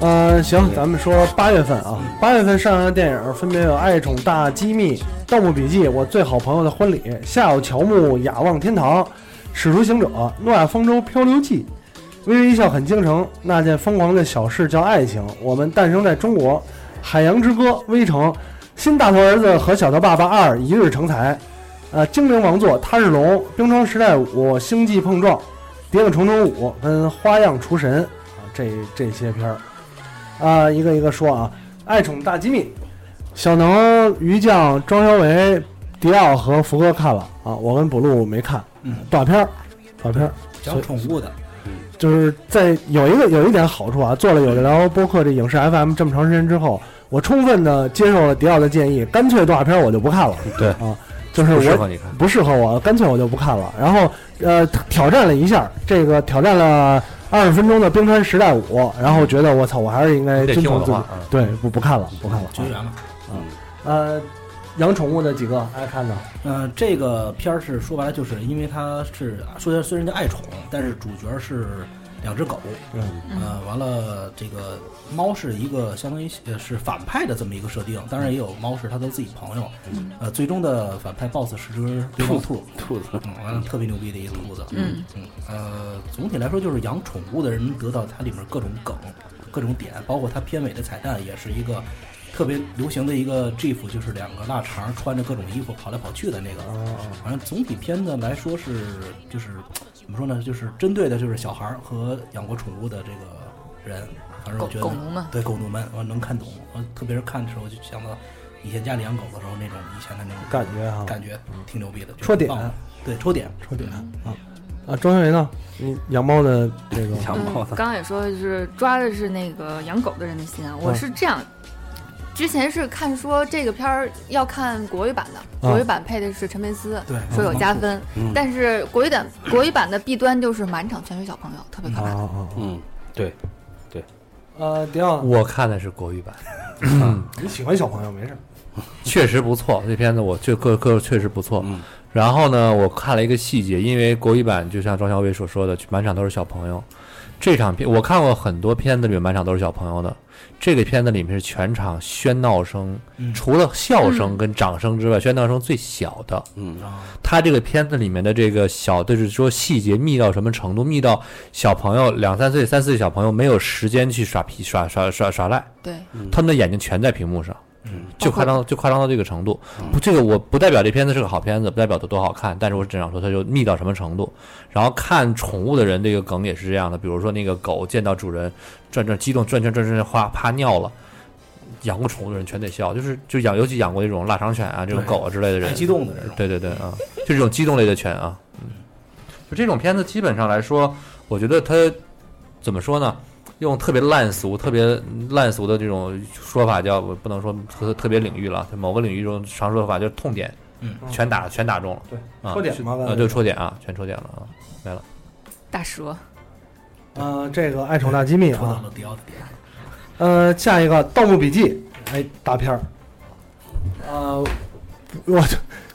嗯、行，咱们说八月份啊，八月份上映的电影分别有《爱宠大机密》《盗墓笔记》《我最好朋友的婚礼》《夏有乔木雅望天堂》《使徒行者》《诺亚方舟漂流记》《微微一笑很倾城》《那件疯狂的小事叫爱情》《我们诞生在中国》《海洋之歌》《微城》《新大头儿子和小头爸爸二一日成才》呃，《精灵王座》《他是龙》《冰川时代五》《星际碰撞》《谍影重重五》跟《花样厨神》啊，这这些片儿。啊，一个一个说啊，《爱宠大机密》，小能、鱼酱、庄小维、迪奥和福哥看了啊，我跟补录没看，嗯短片儿，短片儿，讲宠物的，就是在有一个有一点好处啊，做了有的聊播客这影视 FM 这么长时间之后，我充分的接受了迪奥的建议，干脆动画片我就不看了，对啊，就是不适我合你看。不适合我，干脆我就不看了。然后呃，挑战了一下，这个挑战了二十分钟的《冰川时代五》，然后觉得我操，我还是应该你得遵听我的从自己话，嗯对，不不看了，不看了。绝缘了。呃，养宠物的几个爱看的，嗯、这个片儿是说白了，就是因为它是说它虽然叫爱宠，但是主角是两只狗，嗯呃，完了这个猫是一个相当于呃是反派的这么一个设定，当然也有猫是它的自己朋友，嗯呃，最终的反派 BOSS 是只流浪兔，兔子，嗯，完了特别牛逼的一个兔子，嗯嗯，呃，总体来说就是养宠物的人能得到它里面各种梗、各种点，包括它片尾的彩蛋也是一个特别流行的一个 GIF，就是两个腊肠穿着各种衣服跑来跑去的那个。哦反正总体片子来说是就是怎么说呢，就是针对的就是小孩儿和养过宠物的这个人，反正我狗觉得狗奴们对狗奴们我能看懂，我特别是看的时候就想到以前家里养狗的时候那种以前的那种感觉哈感觉挺牛逼的，就是戳点棒的对戳点。抽嗯点啊啊，庄小维呢？你养猫的这个养嗯猫的，嗯刚刚也说就是抓的是那个养狗的人的心啊，我是这样。之前是看说这个片儿要看国语版的，国语版配的是陈佩斯，对说有加分。嗯但是国语版国语版的弊端就是满场全是小朋友，特别可啊怕。啊嗯，对，呃，迪奥，我看的是国语 版，嗯你喜欢小朋友没事，确实不错。这片子我确各各确实不错。嗯然后呢，我看了一个细节，因为国语版就像庄小伟所说的，满场都是小朋友。这场片我看过很多片子里面满场都是小朋友的，这个片子里面是全场喧闹声，嗯除了笑声跟掌声之外，喧闹声最小的。嗯，啊，他这个片子里面的这个小，就是说细节密到什么程度？密到小朋友两三岁、三四岁小朋友没有时间去耍皮、耍耍耍耍赖，对，嗯他们的眼睛全在屏幕上嗯，就夸张就夸张到这个程度。不，这个我不代表这片子是个好片子，不代表它多好看，但是我只想说它就密到什么程度。然后看宠物的人这个梗也是这样的，比如说那个狗见到主人转转激动转圈转圈，哗啪尿了。养过宠物的人全得笑，就是就养，尤其养过这种腊肠犬啊、这种对狗啊之类的人太，激动的这种。对对对啊，就这种激动类的拳啊，嗯，就这种片子基本上来说，我觉得它怎么说呢？用特别烂俗、特别烂俗的这种说法叫，我不能说特特别领域了，就某个领域中常说法就是痛点，嗯，全打全打中了，对，啊戳点嘛，啊，就戳点啊，全戳点了啊，没了。大蛇呃，这个《爱宠大机密》哎戳到啊，了迪奥的点。呃，下一个《盗墓笔记》，哎，大片儿，呃， 我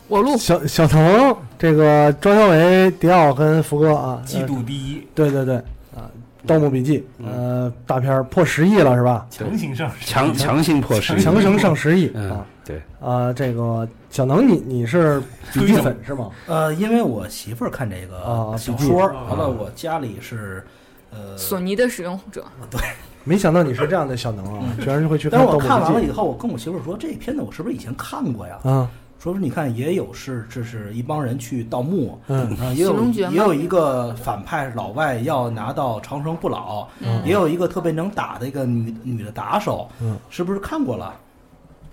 我录小小腾，这个庄小维、迪奥跟福哥啊，季呃度第一，嗯对对对啊，《盗墓笔记》呃，大片儿破十亿了是吧？强行上市，强强行破十，强行上十亿嗯啊，对，啊！这个小能你你是笔记粉是吗？呃，因为我媳妇儿看这啊个小说儿，笔记完了我家里是，呃，索尼的使用者，没想到你是这样的小能啊，居然会去嗯但看《盗是我墓看完了笔以记后，我跟我媳妇儿说，这片子我是不是以前看过呀？》啊，说是你看也有是，这是一帮人去盗墓，嗯然后也有寻龙诀吗也有一个反派老外要拿到长生不老，嗯也有一个特别能打的一个女女的打手，嗯是不是看过了？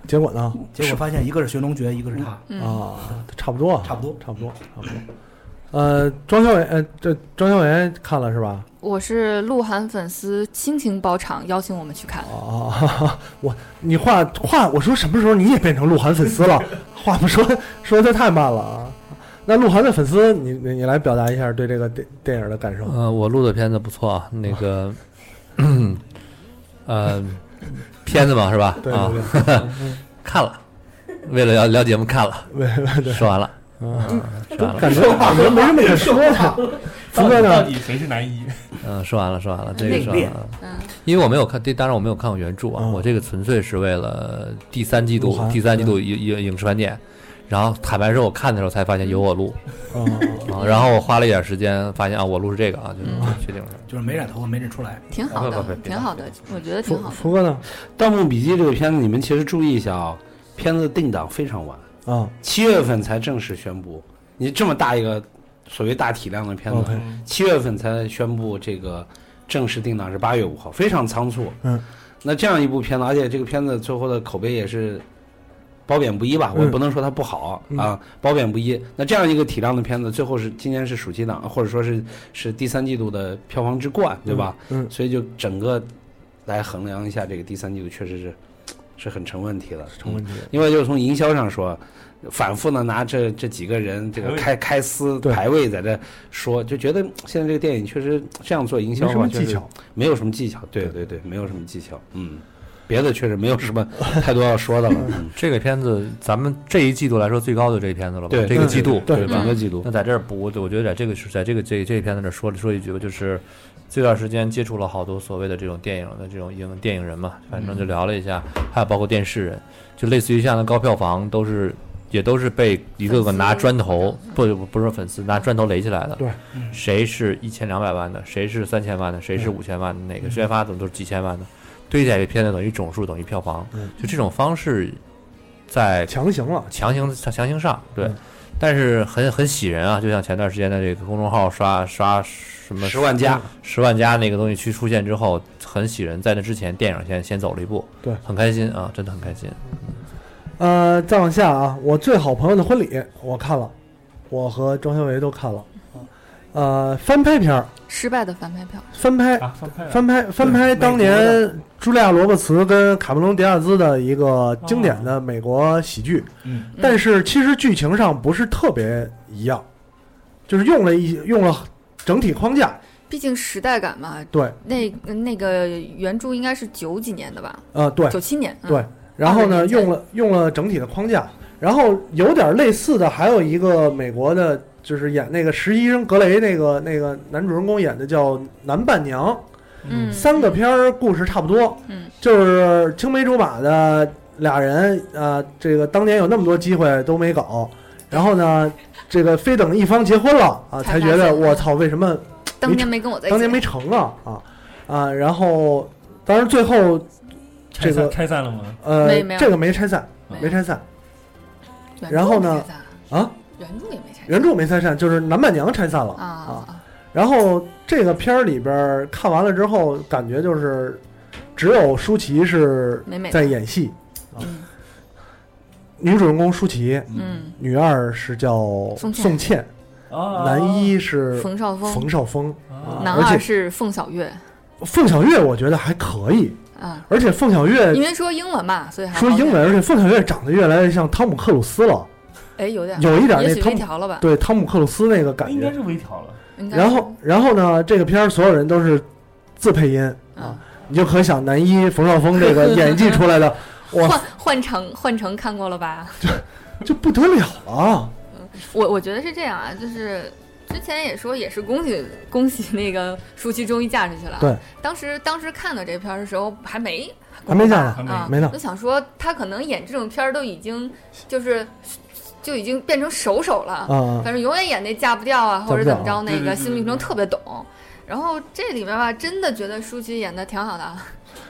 结果呢？结果发现一个是寻龙诀，一个是他，嗯啊，差 不多啊，差不多差不多，差不多。呃，庄小伟，呃，这庄小伟看了是吧？我是鹿晗粉丝亲情包场邀请我们去看，哦，哈哈 我你话话，我说什么时候你也变成鹿晗粉丝了？话不说说的太慢了啊。那鹿晗的粉丝，你你你来表达一下对这个电电影的感受。呃，我录的片子不错啊，那 个，呃，片子嘛是吧？对啊，对对， 看了，为了聊聊节目看了，为了对，嗯说完了，说完了，感觉感觉没什么可说的。 福哥到呢？底谁是男一？嗯，说完了，说完了，这个内说完敛了，啊嗯，因为我没有看，这当然我没有看过原著啊，嗯我这个纯粹是为了第三季鹿度晗嗯第三季度影影影视盘点，然后坦白说，我看的时候才发现有我录哦 啊，然后我花了一点时间发现啊，我录是这个啊，就嗯就确定了。 就是没染头发没认出来。挺好啊不不的，不挺好的，我觉得挺福好的。福哥呢？盗墓笔记》这个片子，你们其实注意一下啊、片子定档非常晚，啊七月份才正式宣布。你这么大一个所谓大体量的片子， ，OK，七月份才宣布这个正式定档是八月五号，非常仓促。嗯，那这样一部片子，而且这个片子最后的口碑也是褒贬不一吧，我嗯也不能说它不好、嗯啊，褒贬不一。那这样一个体量的片子，最后是今年是暑期档，或者说是是第三季度的票房之冠，对吧？嗯，所以就整个来衡量一下这个第三季度，确实是是很成问题了，成问题。另外就是从营销上说，反复的拿这这几个人这个开开撕对排位在这说，就觉得嗯现在这个电影确实这样做营没销什的么话，技，巧，没有什么技巧，对对对，没有什么技巧，嗯，别的确实没有什么 太多要说的了，嗯这个片子，咱们这一季度来说最高的这一片子了吧？对这个季度，对对嗯整个季度嗯那在这儿不，我我觉得在这个是在这个这这一片子这儿说说一句吧，就是这段时间接触了好多所谓的这种电影的这种影电影人嘛，反正就聊了一下，嗯还有包括电视人，就类似于像那高票房都是也都是被一个个拿砖头，不不不是说粉丝拿砖头垒起来的，对嗯谁是一千两百万的，谁是三千万的，谁是五千万的，嗯哪个宣发怎么都是几千万的，堆起来这片子等于总数等于票房嗯，就这种方式在强行了。强行强行上，对。嗯但是很很喜人啊，就像前段时间的这个公众号刷刷什么十万加，十万加那个东西去出现之后，很喜人。在那之前，电影先先走了一步，对很开心啊，真的很开心。呃，再往下啊，我最好朋友的婚礼我看了，我和庄小维都看了。呃，翻拍片儿，失败的翻拍票，翻拍啊，翻拍了。翻拍翻拍当年茱莉亚·罗伯茨跟卡梅隆·迪亚兹的一个经典嗯的美国喜剧，嗯，但是其实剧情上不是特别一样，就是用了一用了整体框架，毕竟时代感嘛。对，那那个原著应该是九几年的吧，呃，对九七年。嗯对，然后20呢年前用了用了整体的框架，然后有点类似的还有一个美国的，就是演那个实习生格雷那个那个男主人公演的叫男伴娘，嗯，三个片儿故事差不多，嗯，就是青梅竹马的俩人，呃，这个当年有那么多机会都没搞，然后呢，这个非等一方结婚了 啊，才才觉发得现我操，为什么当年没跟我在一起，当年没成啊啊啊！然后，当然最后这拆个散拆散了吗？呃没没，有这个没拆散，没有没拆散原著然后呢没拆散，啊，原著也没拆散，原著没拆散，就是男伴娘拆散了啊啊然后这个片儿里边儿看完了之后，感觉就是只有舒淇是美美的在演戏，啊，嗯女主人公舒淇，嗯，女二是叫宋茜宋茜，啊，男一是冯绍峰，冯绍峰，啊男而且二是凤小岳凤小岳我觉得还可以，啊，而且凤小岳因为说英文嘛，所以还说好英点文，而且凤小岳长得越来越像汤姆克鲁斯了，哎有点有一点也那许汤微姆调了吧，对汤姆克鲁斯那个感应该觉。是微调了。应该然是后然后呢，这个片儿所有人都是自配音啊嗯，你就可想男一冯绍峰 这个演技出来的，哇，换换成换成看过了 吧？就不得了了啊！我我觉得是这样啊，就是之前也说也是恭喜恭喜那个舒淇终于嫁出去了。对，当时当时看到这片儿的时候还没还没嫁还呢，没啊，没呢就想说她可能演这种片儿都已经就是就已经变成熟手了。啊反正永远演那嫁不掉啊，或者怎么着，那对对个对心路历程特别懂。然后这里面吧，真的觉得舒淇演的挺好的啊，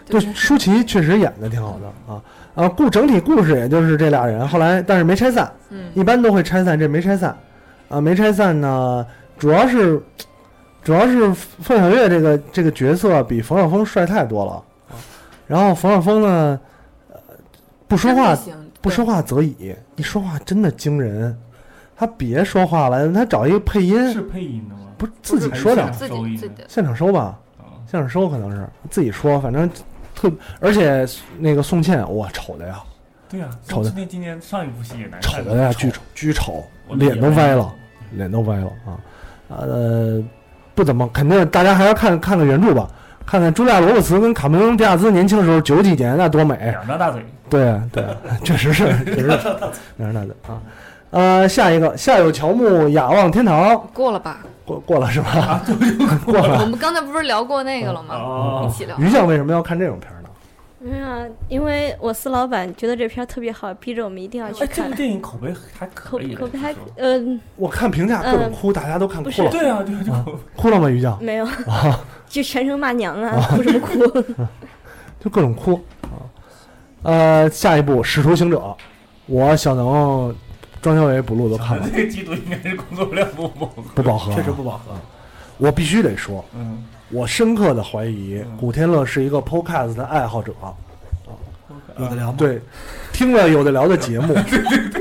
对，是舒淇确实演的挺好的啊啊，故整体故事也就是这俩人，后来但是没拆散，嗯，一般都会拆散，这没拆散，啊，没拆散呢，主要是主要是凤小岳这个这个角色比冯绍峰帅太多了，啊然后冯绍峰呢，呃，不说话真行，不说话则已，一说话真的惊人。他别说话了，他找一个配音，是配音的吗？不是自己说的的，自收己音自己的现场收吧，啊，现场收可能是自己说，反正特，而且那个宋茜，哇，丑的呀，对啊呀，丑的今天今年上一部戏也难丑看的呀，巨丑，巨丑，我脸都也歪了，脸都歪了啊，呃，不怎么，肯定大家还是看看看原著吧，看看茱莉亚·罗伯茨跟卡梅隆·迪亚兹年轻的时候九几年那多美，两张大嘴，对哎对， 啊确实是，确实是，那是那的啊。呃，下一个，下有乔木，雅望天堂，过了 吧？过过了是啊吧？ 过 了。我们刚才不是聊过那个了吗？哦一起聊。于酱为什么要看这种嗯片儿呢？没有啊，因为我司老板觉得这片儿特别好，逼着我们一定要去哎，这看部。电影口碑还可口以，口碑还听说嗯、我看评价各种哭，大家都看哭不是了，对啊，对啊，啊就哭了吗？于酱呃啊没有，哦 就全程骂娘啊，哭什么 哭？就各种哭啊。呃，下一部《使徒行者》，我小能、庄小伟、补录都看了， 这个季度应该是工作量不饱和。不饱和、啊确实，不饱和。我必须得说，嗯，我深刻的怀疑嗯古天乐是一个 podcast 的爱好者。有的聊吗？对，听了有的聊的节目，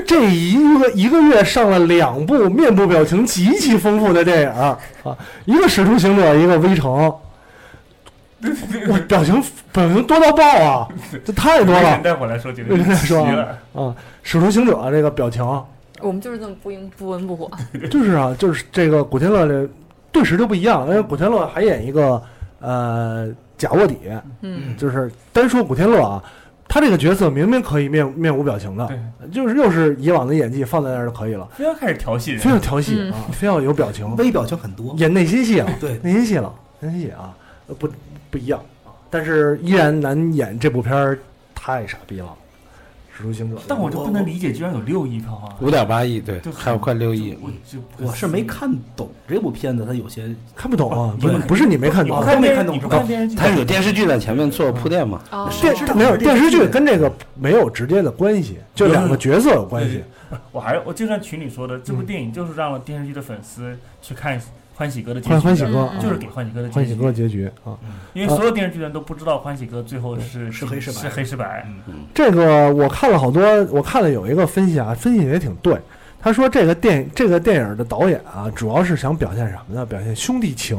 这一个一个月上了两部面部表情极其丰富的电影儿啊，一个《使徒行者》，一个《微城》，我表情表情多到爆啊，这太多了带回来说，简直对对对急说啊了。啊！《使徒行者》这个表情，我们就是这么不应不温不火，就是啊，就是这个古天乐这顿时就不一样，因为古天乐还演一个呃假卧底，嗯，就是单说古天乐啊，他这个角色明明可以面面无表情的，对，就是又是以往的演技放在那儿就可以了，非要开始调戏人非，要调戏嗯啊，非要有表情，微表情很多，演内心戏啊，对，内心戏了，内心戏啊，呃不不一样啊，但是依然难演这部片儿太傻逼了，《使徒行者》。但我就不能理解，居然有六亿票房，五点八亿，对就，还有快六亿就。啊我就不我是没看懂这部片子，它有些看不懂啊，对不是不是你没看你懂不哦，都看没电看视，懂你不看电视剧，它有电视剧在嗯前面做铺垫嘛？哦，电视没有电视剧跟这个没有直接的关系，就两个角色有关嗯系。 我还我就像群里说的，这部嗯电影就是让了电视剧的粉丝去看欢喜哥的结欢局，欢喜哥啊嗯，就是给欢喜哥的结欢喜局嗯哥，结局啊，因为所有电视剧人都不知道欢喜哥最后是是黑是白是黑是白，嗯这个我看了好多，我看了有一个分析啊，分析得也挺对。他说这个电这个电影的导演啊，主要是想表现什么呢？表现兄弟情。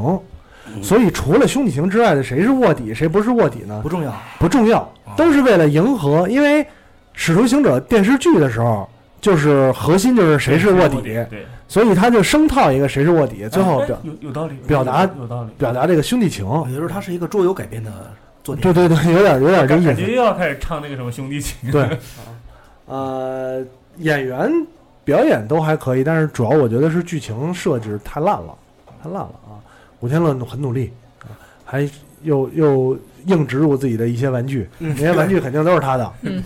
所以除了兄弟情之外的，谁是卧底，谁不是卧底呢不？重要。不重要，都是为了迎合。因为《使徒行者》电视剧的时候，就是核心就是谁是卧底，对，所以他就生套一个谁是卧底，最后哎表有有道理，表达有有道理，表达这个兄弟情。有时候它是一个桌游改编的作品，对对对，有点有点这感意感思觉。又要开始唱那个什么兄弟情， 对，啊呃，演员表演都还可以，但是主要我觉得是剧情设置太烂了，太烂了啊！古天乐努很努力，啊、还又又硬植入自己的一些玩具，嗯那些玩具肯定都是他的。嗯，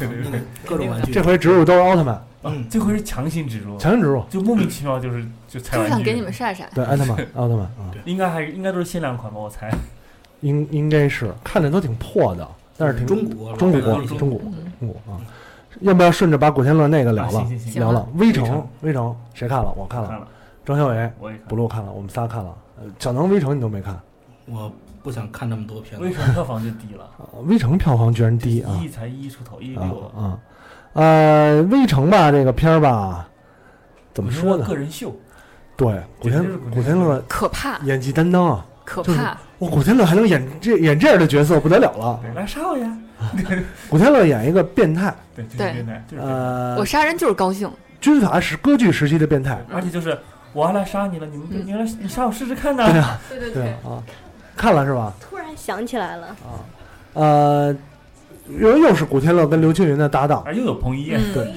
各种玩具。这回植入都是奥特曼，啊这回是强行植入，强行植入，就莫名其妙就是就拆就完想给你们晒晒。对，奥特曼， 奥特曼啊，应该还应该都是限量款吧，我猜。应应该是看着都挺破的，但是挺中国中老国百姓中国中国啊。要不要顺着把古天乐那个聊啊了？行行行聊了行，微微城城，微城谁看了？我看看了，了，张小伟、我也看不了。露看了，我们仨看了。呃小能微城你都没看，我不想看那么多片为子，什么票房就低了？啊微城票房居然低啊一亿才一亿出头，一亿啊六。啊！呃，微城吧这个片儿吧，怎么我觉说得呢个？人秀，对，古天简直是古古天天乐可怕，演技担当啊！可就是怕！哇，古天乐还能演这演这样的角色，不得了了！ 来杀我呀！ 古天乐演一个变态，对，就是对变态，就是变态，呃我，杀人就是高兴，军阀时割据时期的变态，而且就是我要来杀你了，你们嗯你来你杀我试试看呐！对啊，对对对啊啊，看了是吧？突然想起来了，哦呃，又又是古天乐跟刘青云的搭档，啊，又有彭于晏，嗯，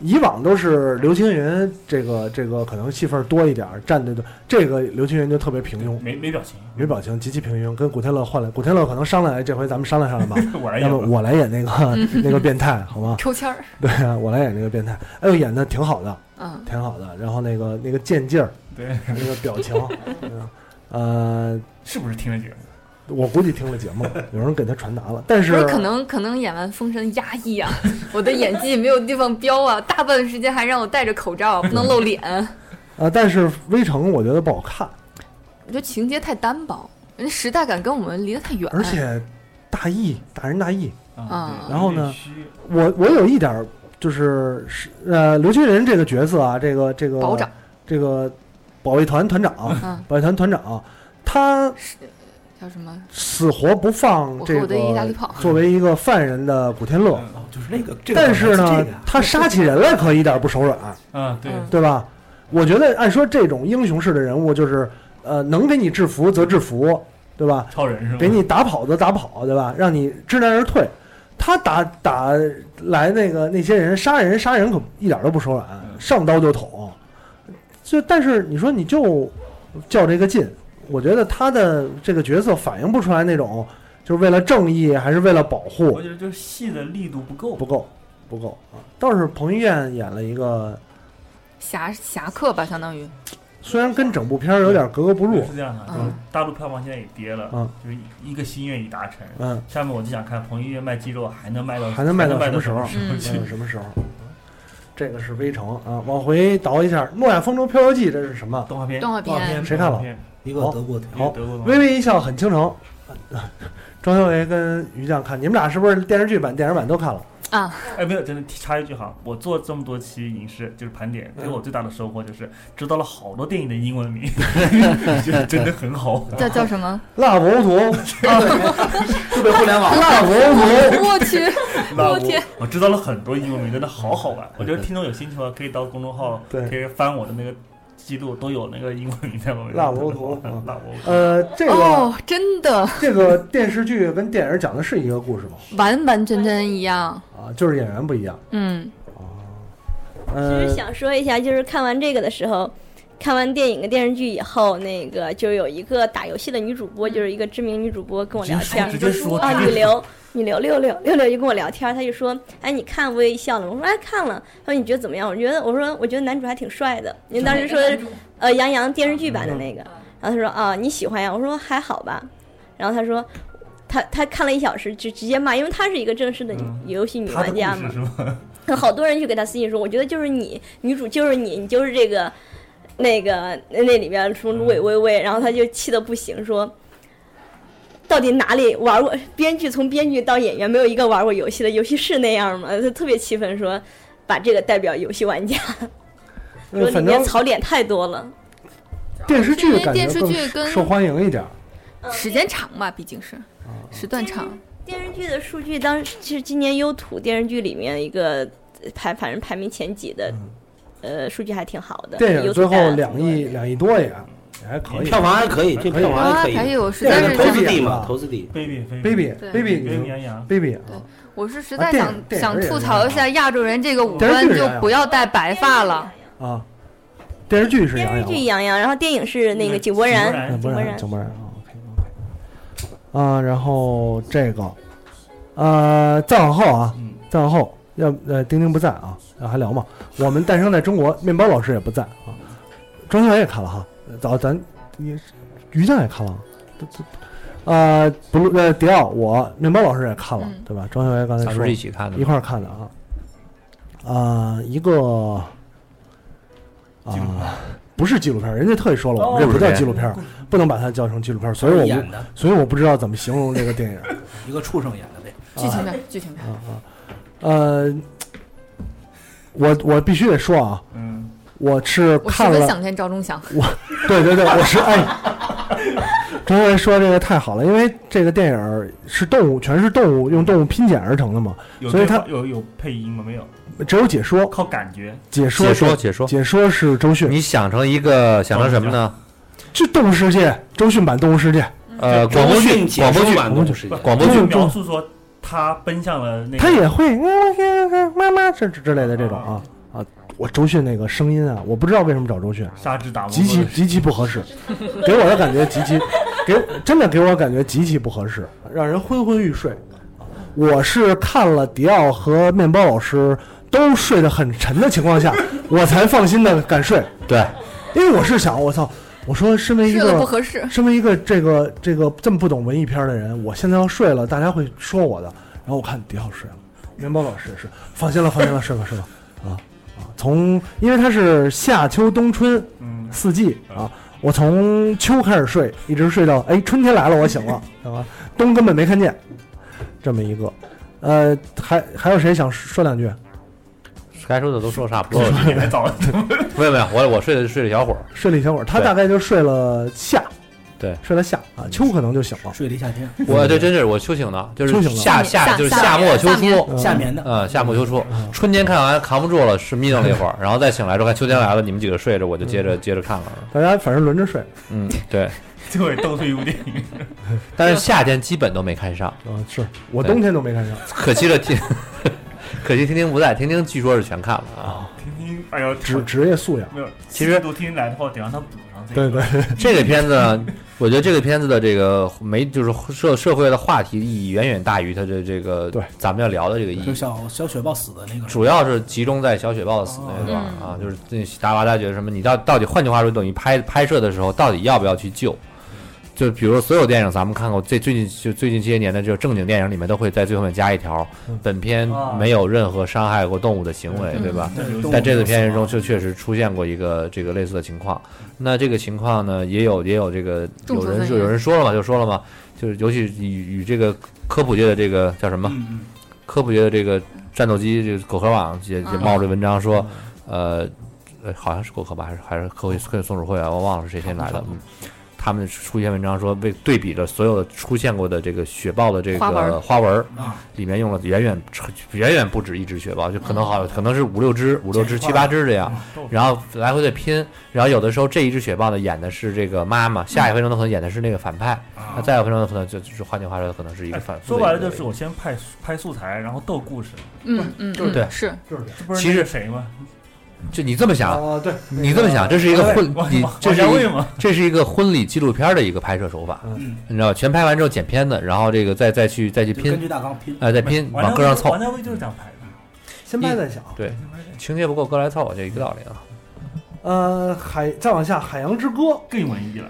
以往都是刘青云这个这个可能戏份多一点，站的多，这个刘青云就特别平庸，没没表情，没表情，极其平庸，跟古天乐换来，古天乐可能商量，哎这回咱们商量商量吧， 我来要演不吧。我来演那个那个变态好吗？抽签儿， 对啊，我来演那个变态，哎呦演的挺好的，嗯，挺好的，然后那个那个贱劲儿，对，那个表 情，嗯呃，是不是听了节目？我估计听了节目，有人给他传达了，但不是是可能可能演完《封神》压抑 啊，我的演技没有地方飙啊，大半时间还让我戴着口罩，不能露脸，呃，但是《微城》我觉得不好看，我觉得情节太单薄，人家时代感跟我们离得太远，而且大意大仁大义，嗯啊，对然后呢有点虚我我有一点儿就是是呃，刘青云这个角色啊，这个这个保长这个保卫团团长，嗯保卫团团长，他叫什么？死活不放我和这我的意大利个炮。作为一个犯人的古天乐，哦，就是那个这个，但是这呢个啊，他杀起人来可一点儿不手软，啊，对，嗯对吧？我觉得按说这种英雄式的人物，就是呃，能给你制服则制服，对吧？超人是吗？给你打跑则打跑，对吧？让你知难而退。他打打来那个那些人杀人杀人可一点都不手软，嗯上刀就捅。就但是你说你就较这个劲，我觉得他的这个角色反映不出来那种就是为了正义还是为了保护我觉得就是戏的力度不够，不够不够啊。倒是彭于晏演了一个，侠侠客吧，相当于虽然跟整部片儿有点格格不入，是这样的，嗯就是大陆票房现在也跌了，嗯就是一个心愿已达成。嗯，下面我就想看彭于晏卖鸡肉还能卖到还能卖到卖什么到时候什么时嗯那候嗯是去？什么时候？这个是微城啊，往回倒一下，《诺亚方舟漂流记》这是什么？动画片，动画片动画片谁看了动画片一个好德国的一个德国动画片微微一笑很倾城。 庄小维跟于酱看，你们俩是不是电视剧版、电影版都看了？啊，哎，没有，真的插一句哈，我做这么多期影视就是盘点，嗯给我最大的收获就是知道了好多电影的英 文名，觉得真的很好。叫叫什么？辣博图， 特别互联网，辣博图，我去，那我天我知道了很多英文名，真的好好玩。我觉得听众有兴趣的话，可以到公众号，对可以翻我的那个记录，都有那个英文名在后面。辣窝头 嗯辣窝头，呃，这个、哦，真的这个电视剧跟电影讲的是一个故事吗？完完全全一样。啊，就是演员不一样。嗯，就呃是，想说一下，就是看完这个的时候，看完电影跟电视剧以后，那个就有一个打游戏的女主播，就是一个知名女主播跟我聊天儿直接说，啊，直女接说流，女流六六六六就跟我聊天儿，她就说，哎，你看微笑了吗？我说哎看了，她说你觉得怎么样？我觉得我说我觉得男主还挺帅的，因为当时说呃杨洋电视剧版的嗯那个，然后她说啊你喜欢呀？我说还好吧，然后她说。她她看了一小时，就直接骂，因为她是一个正式的女嗯游戏女他的玩故家嘛事。是吗？好多人去给他私信说，我觉得就是你，女主就是你，你就是这个，那个那那里面什么嗯芦苇微微，然后他就气得不行，说到底哪里玩过？编剧从编剧到演员，没有一个玩过游戏的，游戏是那样吗？他特别气愤说，把这个代表游戏玩家，说呃里反面正槽点太多了。电视剧因为感觉电视更剧跟受欢迎一点。时间长吧，毕竟是哦时段长。电视剧的数据当是今年优土电视剧里面一个排，反正排名前几的，呃，数据还挺好的。嗯电影优最土带后了两亿两亿多也也还可以。票房还可以，这票房啊，还可还以，有，实对在但是是投想这样资地啊嘛，投资地。 baby baby baby 对 baby 跟你杨洋 baby 啊，我是实啊在电想电影想也吐是啊槽一下亚洲人这个五官电视剧也就一样不要戴白发了。啊，电视剧是杨电视洋剧杨洋，然后电影是那嗯个井柏然，然。井井柏柏然井柏然，OK OK。啊，然后这个，呃，再往后啊，嗯，再往后，要呃，丁丁不在啊，啊还聊吗？我们诞生在中国，面包老师也不在啊，庄小也看了哈，早咱你于酱也看了啊，都都呃，不录呃，迪奥我面包老师也看了，嗯对吧？庄小也刚才咱说们是一起看的一块儿看的啊，啊、一个啊、纪录片不是纪录片儿，人家特意说了，我们这哦不叫是纪录片儿，不能把它叫成纪录片儿，所以我演不，的所以我不知道怎么形容这个电影儿。一个畜生演的呗，剧情片，剧情片啊，啊，呃，我我必须得说啊，嗯，我是我十看分了，想念赵忠祥。对对对，我 是哎，张文说这个太好了，因为这个电影儿是动物，全是动物用动物拼剪而成的嘛，有所以对他话有有配音吗？没有，只有解说，靠感觉。解说解说是解说，解说是周迅，你想成一个想成什么呢？就动物世界，周迅版动物世界，呃，广播剧解广播说剧版广播剧都是一样广播就剧是描述说他奔向了那个，他也会嗯妈妈这之类的这种啊啊，我周迅那个声音啊，我不知道为什么找周迅，沙之达摩极其极其不合适，给我 的感觉极其，给真的给我感觉极其不合适，让人昏昏欲睡。我是看了迪奥和面包老师都睡得很沉的情况下，我才放心的敢睡，对，因为我是想，我操，我说身为一睡了不个合适，身为一个这个这个这么不懂文艺片的人，我现在要睡了，大家会说我的。然后我看迪奥睡了，面包老师也是，放心了，放心了，睡吧，睡吧，啊啊，从因为它是夏秋冬春，嗯，四季啊，我从秋开始睡，一直睡到哎春天来了，我醒了，对吧？冬根本没看见，这么一个。呃，还还有谁想说两句？该说的都说差不多了。你来找了，没有没有，我我睡的睡的小伙儿，睡了一小会儿，他对大概就睡了下，对，睡了下啊，秋可能就醒了。嗯睡了一夏天，我这真是我秋醒的，就秋是醒了夏夏就是夏末秋初，夏眠的，嗯，夏末秋初，春天看完扛不住了，是眯瞪了一会儿，然后再醒来之后看秋天来了，你们几个睡着，我就接嗯着接着看了，大家反正轮着睡，嗯，对，就会斗出一部 电影。但是夏天基本都没看上，啊，是我冬天都没看上， 可惜了听，可惜听听不在，听听据说是全看了啊。听听，哎呦，职职业素养。没有，其实都听听来的话，得让他补上这对个。对，这个片子呢，我觉得这个片子的这个没就是社社会的话题意义远远大于它的这个对咱们要聊的这个意就义，小小雪豹死的那个，哦主要是集中在小雪豹死那一段啊，就是那达瓦大觉得什么，你到到底换句话说，等于拍拍摄的时候到底要不要去救？就比如说所有电影咱们看过，最最近就最近这些年的这种正经电影里面都会在最后面加一条，嗯本片啊没有任何伤害过动物的行为，对吧？嗯动物在这次片死子亡中就确实出现过一个这个类似的情况。那这个情况呢，也有也有这个众有说人纷就纭有嗯人说了嘛，就说了嘛，就是尤其与与这个科普界的这个叫什么？嗯科普界的这个战斗机这个果壳网也也啊嗯冒着文章说，呃，呃好像是果壳吧，还是还是科会科松鼠会啊，我忘了是谁先来的。嗯他们出一篇文章说，被对比了所有的出现过的这个雪豹的这个花纹儿花纹儿啊，里面用了远远远远不止一只雪豹，就可能好可能是五六只、五六只、七八只这嗯样，然后来回的拼，然后有的时候这一只雪豹呢演的是这个妈妈，下一分钟呢可能演的是那个反派，那再有分钟呢可能就就是换句话说可能是一个啊哎反。说白了就是我先拍拍素材，然后斗故事，嗯嗯，是对嗯是这不是其实那个谁吗？就你这么想，哦啊，对，你这么想，这是一个婚王，你哎王这是家卫一吗？这是一个婚礼纪录片的一个拍摄手法，嗯你知道吧？全拍完之后剪片子，然后这个再再去再去就根拼，据大纲拼，啊哎，再拼王家往卫歌上凑王，家卫就是这样拍的。先拍再想。对，情节不够歌来凑，就一个道理啊。呃，海再往下，《海洋之歌》更文艺了，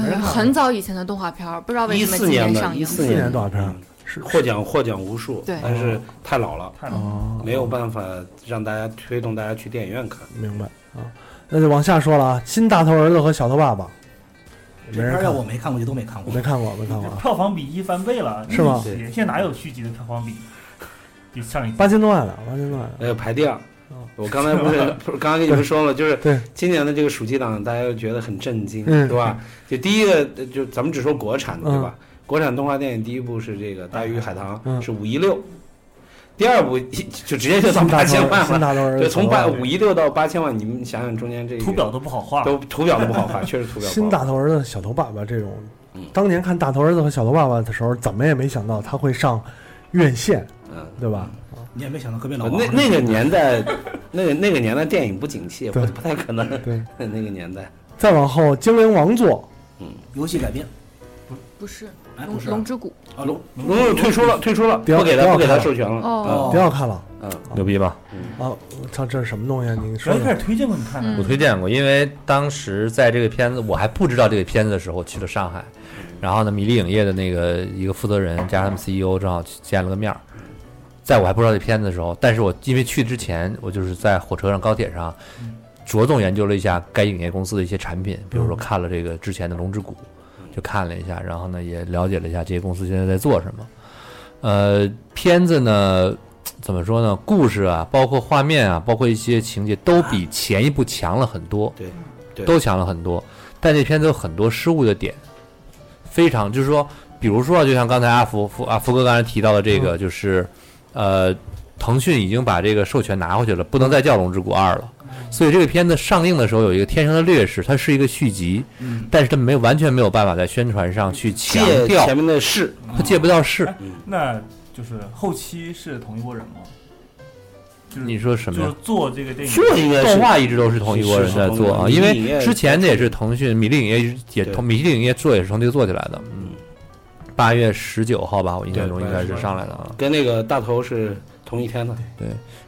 没人嗯，看很早以前的动画片儿，不知道为什么今14年的上映。四14年动画片儿嗯是获奖获奖无数，对但是太老了，太老。哦，没有办法让大家推动大家去电影院看。明白啊，那就往下说了啊，《新大头儿子和小头爸爸》，没这片人儿要看，我没看过就都没看我过没，看过，没看过这啊，票房比一翻倍了，是吗对现在哪有续集的票房比比上一季八千多万了，八千多万了，呃，排第二哦。我刚才 不是不是刚刚跟你们说了，就是对今年的这个暑期档，大家又觉得很震惊，嗯对吧？就第一个，呃就咱们只说国产的，对吧？国产动画电影第一部是这个《大鱼海棠嗯》，是五一六，第二部一就直接就到新八大头千儿，万新了，大头儿子，就从小头爸八爸五一六到八千万，你们想想中间这个图表都不好画，都图表都不好画，确实图表不好画。 新大头儿子、小头爸爸这种嗯，当年看大头儿子和小头爸爸的时候，怎么也没想到他会上院线，嗯，对吧？你也没想到隔壁老王那那个年代，那个那个年代电影不景气，不对不太可能。对， 那个年代，嗯再往后，《精灵王座游戏改编，不是哎，不龙是啊龙之谷啊龙龙龙嗯退出了，退出了，嗯不要不给不他要不给他看授权了。哦，》别好看了嗯，牛逼吧？啊！我操，这是什么东西啊？你谁说开说始推荐过你看啊嗯的？我推荐过，因为当时在这个片子我还不知道这个片子的时候，去了上海，然后呢，米粒影业的那个一个负责人加上他们 CEO 正好去见了个面儿。在我还不知道这片子的时候，但是我因为去之前，我就是在火车上、高铁上，着重研究了一下该影业公司的一些产品，比如说看了这个之前的《龙之谷》，就看了一下，然后呢也了解了一下这些公司现在在做什么。呃，片子呢怎么说呢？故事啊，包括画面啊，包括一些情节，都比前一部强了很多，对，对都强了很多。但这片子有很多失误的点，非常就是说，比如说啊，就像刚才阿福福阿福哥刚才提到的这嗯个，就是呃，腾讯已经把这个授权拿回去了，不能再叫《龙之谷二》了。嗯所以这个片子上映的时候有一个天生的劣势，它是一个续集，嗯但是它没有完全没有办法在宣传上去强借调，前面的事，它借不到势。哎那就是后期是同一拨人吗？就是你说什么就呀是？做这个电影做应该动是画一直都是同一拨人在做啊，是是因同一米粒影为业之前的也是腾讯、米粒影业也对同米粒影业做也是从这个做起来的。嗯，八月十九号吧，我印象对中应该是上来的啊。跟那个大头是同一天的。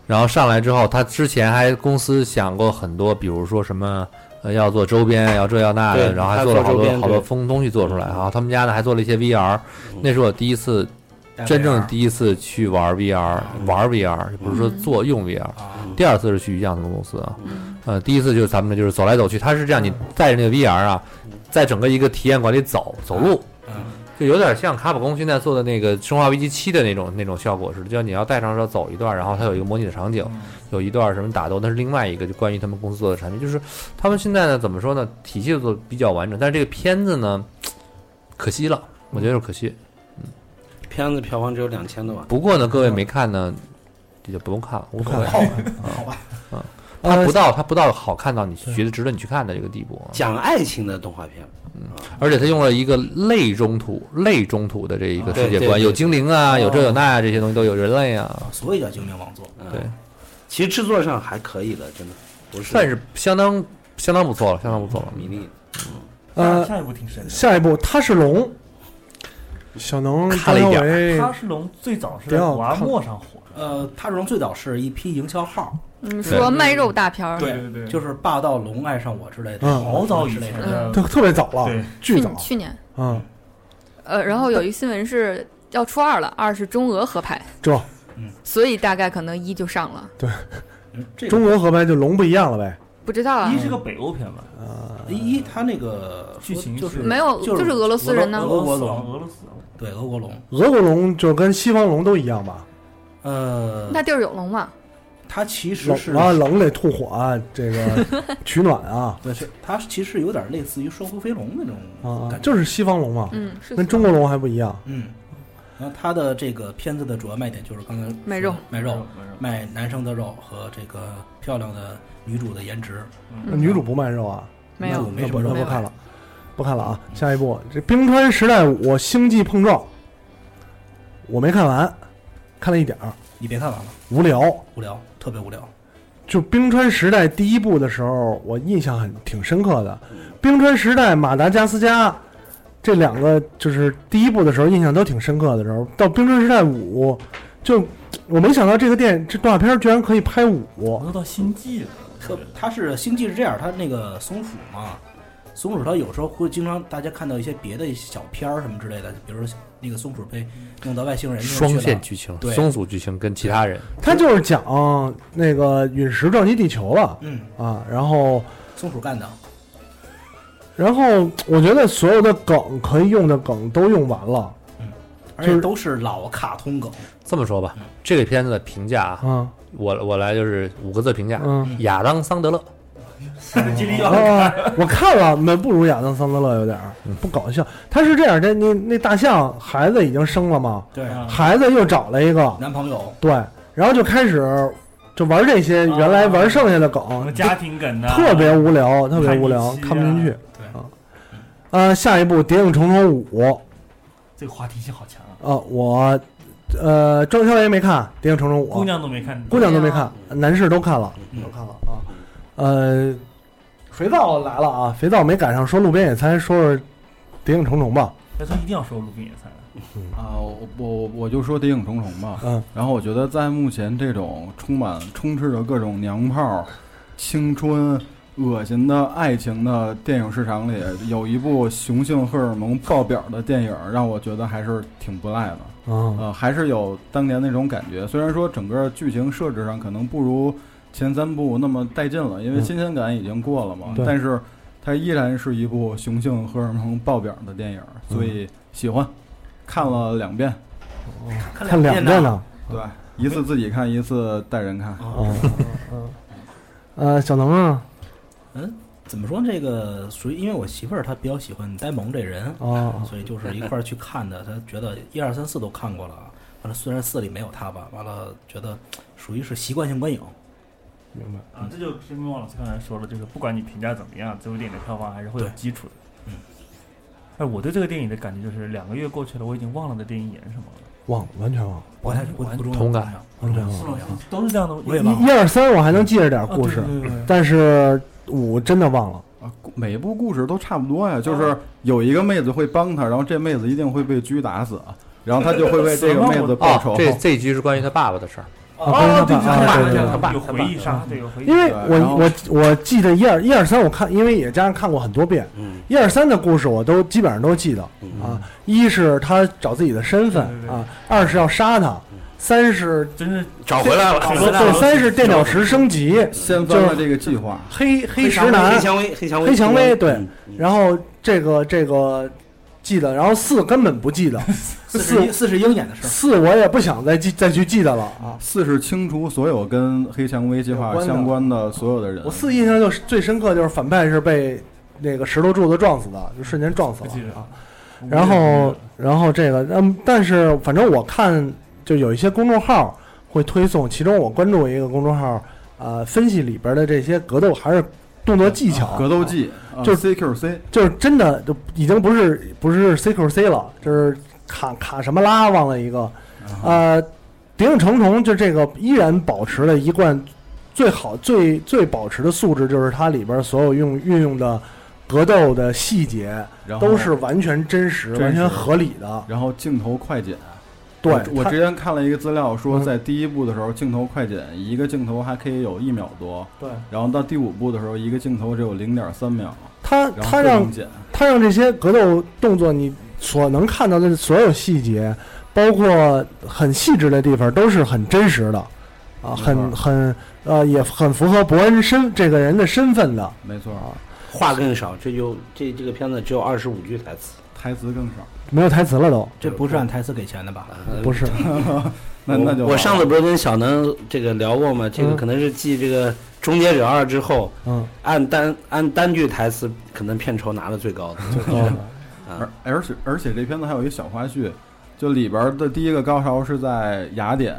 然后上来之后，他之前还公司想过很多，比如说什么。呃，要做周边，要这要那的，对然后还还做了做好周多边好多对嗯风东西做出来啊。他们家呢还做了一些 VR，那是我第一次真正第一次去玩 VR，玩嗯 VR，不是说做用 VR。第啊二次是去于酱他们公司啊，嗯呃，第一次就是咱们就是走来走去，它是这样，你带着那个 VR 啊，在整个一个体验馆里走走路，就有点像卡普空现在做的那个《生化危机七》的那种那种效果似的，就像你要带上车走一段，然后它有一个模拟的场景，有一段什么打斗，那是另外一个就关于他们公司做的产品，就是他们现在呢怎么说呢，体系做得比较完整，但是这个片子呢，可惜了，我觉得就是可惜。片子票房只有两千多万，不过呢，各位没看呢，也就不用看了，无所谓。嗯好吧，它不到它不到好看到你觉得值得你去看的这个地步啊，讲爱情的动画片，而且它用了一个类中土类中土的这一个世界对观，对有精灵啊，有这有那啊，这些东西都有，人类啊，所以叫精灵王座。嗯对，其实制作上还可以的，真的不是算是相当相当不错了，相当不错了。嗯米粒。呃，下一部挺神的。下一步他是龙，小能看了一点张小伟他是龙最早是在不要古阿莫上火的，呃，他荣最早是一批营销号，你嗯说卖肉大片儿，对对对就是霸道龙爱上我之类的，嗯好早以之类前的。的，嗯特特别早了对，巨去啊早，去年，嗯，呃，然后有一新闻是要初二了，二是中俄合拍，这所以大概可能一就上了，嗯这个中国合拍就龙不一样了呗，不知道啊一。是个北欧片吧，一他那个剧情就是是没有就就是俄罗斯人呢俄俄国罗斯龙俄罗斯，对俄国龙，俄国龙就跟西方龙都一样吧，呃，那地儿有龙吗？它其实冷是啊冷得吐火啊，这 个取暖啊对，是它其实有点类似于双头飞龙那种啊感，觉，就是西方龙嘛，嗯，是跟中国龙还不一样，嗯。然后它的这个片子的主要卖点就是刚才说的卖肉卖没肉，卖男生的肉和这个漂亮的女主的颜值。嗯嗯那女主不卖肉啊，没那有我嗯没什不么肉不没有看了，不看了啊！下一部这《冰川时代五：星际碰撞》，我没看完，看了一点儿，你别看完了，无聊。无聊，特别无聊。就《冰川时代》第一部的时候，我印象很挺深刻的，《冰川时代》马达加斯加这两个就是第一部的时候印象都挺深刻的时候，到《冰川时代五》，就我没想到这个电这动画片儿居然可以拍五我，都到星际了，特它是星际是这样，它那个松鼠嘛，松鼠它有时候会经常大家看到一些别的小片儿什么之类的，比如说那个松鼠被弄到外星人那儿去双了线剧情，对松鼠剧情跟其他人，它就是讲那个陨石撞击地球了嗯，啊，然后。松鼠干的。然后我觉得所有的梗可以用的梗都用完了而就且是都是老卡通梗，这么说吧，这个片子的评价啊，啊，我我来就是五个字评价：嗯，亚当桑德勒。基里奥啊，我看了，那不如亚当桑德勒有点儿不搞笑。他是这样，这那那大象孩子已经生了嘛，对啊孩子又找了一个，男朋友对，然后就开始就玩这些原来玩剩下的什么梗，家庭梗呢，啊特别无聊，特别无聊，看不看进去啊不进去。对啊，呃，下一部《谍影重重五》这个话题性好强啊，啊，我呃，庄小也没看《谍影重重五》，姑娘都没看，姑娘都没看，啊男士都看了，嗯都看了啊。呃，肥皂来了啊，肥皂没赶上，说路边野餐，说说《谍影重重》吧。他说一定要说《鲁滨野餐》，啊，我我我就说《谍影重重》吧。嗯，然后我觉得在目前这种充满充斥着各种娘炮、青春、恶心的爱情的电影市场里，有一部雄性荷尔蒙爆表的电影，让我觉得还是挺不赖的。啊，呃，还是有当年那种感觉。虽然说整个剧情设置上可能不如前三部那么带劲了，因为嗯新鲜感已经过了嘛，对但是它依然是一部雄性荷尔蒙爆表的电影，所以喜欢，看了两遍，看两遍呢。对，一次自己看，一次带人看。啊， 嗯呃，小能啊，嗯怎么说这个属于因为我媳妇儿她比较喜欢呆萌这人，啊，所以就是一块儿去看的。她觉得一二三四都看过了，完了虽然四里没有她吧，完了觉得属于是习惯性观影。明白。啊，这就是孟老师刚才说了，就是不管你评价怎么样，这部电影的票房还是会有对基础的。嗯，哎，我对这个电影的感觉就是两个月过去了，我已经忘了那电影演什么了，忘了，完全忘了，不太不不重要，同感不重要，不重要。嗯都是这样的。我也忘一一了，二三我还能记着点啊故事对，嗯对对对但是五真的忘了。啊，故每一部故事都差不多呀，就是有一个妹子会帮他，然后这妹子一定会被狙打死， 然后他就会为这个妹子报哦仇。，哦这这一局是关于他爸爸的事儿。啊，对对对对对。有回忆杀，对，有回忆因杀。为对然后我我我记得一二一二三，我看因为也加上看过很多遍，嗯一二三的故事我都基本上都记得嗯啊。一是他找自己的身份对对对啊，二是要杀他，嗯三是真是找回来了找回来对，了三是电脑石升级，嗯掀翻了这个计划。黑黑石黑男，嗯蔷薇，黑蔷薇，黑蔷薇对嗯，然后这个这个记得，然后四根本不记得，四十一四十鹰眼的事儿，四我也不想再记再去记得了啊。四是清除所有跟黑蔷薇计划相关的所有的人我。四印象就是最深刻就是反派是被那个石头柱子撞死的，就瞬间撞死了我记得啊。然后，然后这个，嗯，但是反正我看就有一些公众号会推送，其中我关注一个公众号，呃，分析里边的这些格斗还是动作技巧，格斗技啊就是 CQC，就是真的就已经不是不是 CQC 了，就是卡卡什么拉忘了一个，啊呃，谍影重重就这个依然保持了一贯最好最最保持的素质，就是它里边所有用运用的格斗的细节然后都是完全真实、真实完全合理的。然后镜头快剪。对我，我它之前看了一个资料说，嗯在第一部的时候镜头快剪，一个镜头还可以有一秒多，对然后到第五部的时候，一个镜头只有零点三秒，它然后它各让种剪，它让这些格斗动作你所能看到的所有细节，包括很细致的地方，都是很真实的，啊，很很呃，也很符合伯恩身这个人的身份的。没错，话更少，这就这这个片子只有二十五句台词，台词更少。没有台词了都，这不是按台词给钱的吧？呃 不是，那那就我上 次次不是跟小南这个聊过吗？这个嗯可能是继这个《终结者二》之后，嗯，按单按单句台词，可能片酬拿的最高的。哦啊而而且而且这片子还有一小花絮，就里边的第一个高潮是在雅典，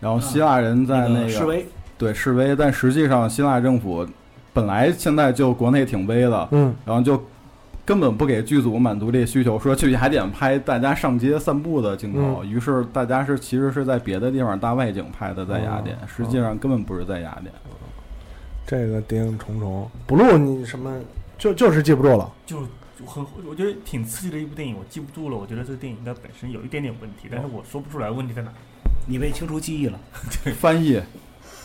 然后希腊人在嗯那个示威，对示威，但实际上希腊政府本来现在就国内挺危的，嗯，然后就根本不给剧组满足这需求，说去雅典拍大家上街散步的镜嗯头，于是大家是其实是在别的地方大外景拍的，在雅哦典，实际上根本不是在雅典。这个谍影重重，不录你什么就就是记不住了。就就很我觉得挺刺激的一部电影，我记不住了。我觉得这个电影应该本身有一点点问题，但是我说不出来问题在哪。你被清除记忆了， 翻译，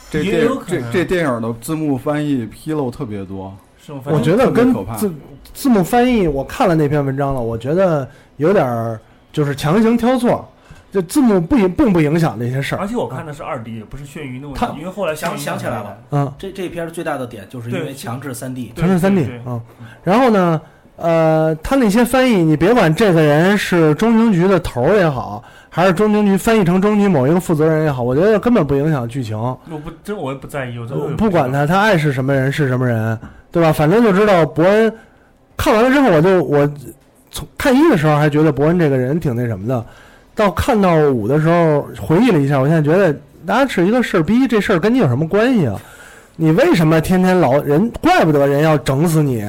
这也电有可这能这电影的字幕翻译纰漏特别多，是我发我现觉得跟特别可怕字字幕翻译，我看了那篇文章了，我觉得有点儿就是强行挑错，这字幕不影并不影响这些事而儿。且我看的是二 D，也不是眩晕的问他题，因为后来想想起来了，嗯，这这片儿最大的点就是因为对强制三 D，对全是三 D 对啊。然后呢，呃，他那些翻译，你别管这个人是中情局的头儿也好，还是中情局翻译成中情局某一个负责人也好，我觉得根本不影响剧情。我不真我也不在意，我真我的不管知道他，他爱是什么人是什么人，对吧？反正就知道伯恩。看完了之后，我就我从看一的时候还觉得伯恩这个人挺那什么的，到看到五的时候回忆了一下，我现在觉得大家是一个事儿逼，这事儿跟你有什么关系啊？你为什么天天老人？怪不得人要整死你！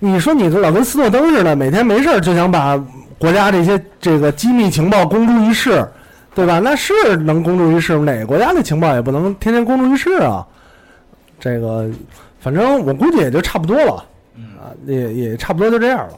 你说你这老跟斯诺登似的，每天没事儿就想把国家这些这个机密情报公诸于世，对吧？那是能公诸于世吗，哪个国家的情报也不能天天公诸于世啊。这个，反正我估计也就差不多了，啊，也也差不多就这样了。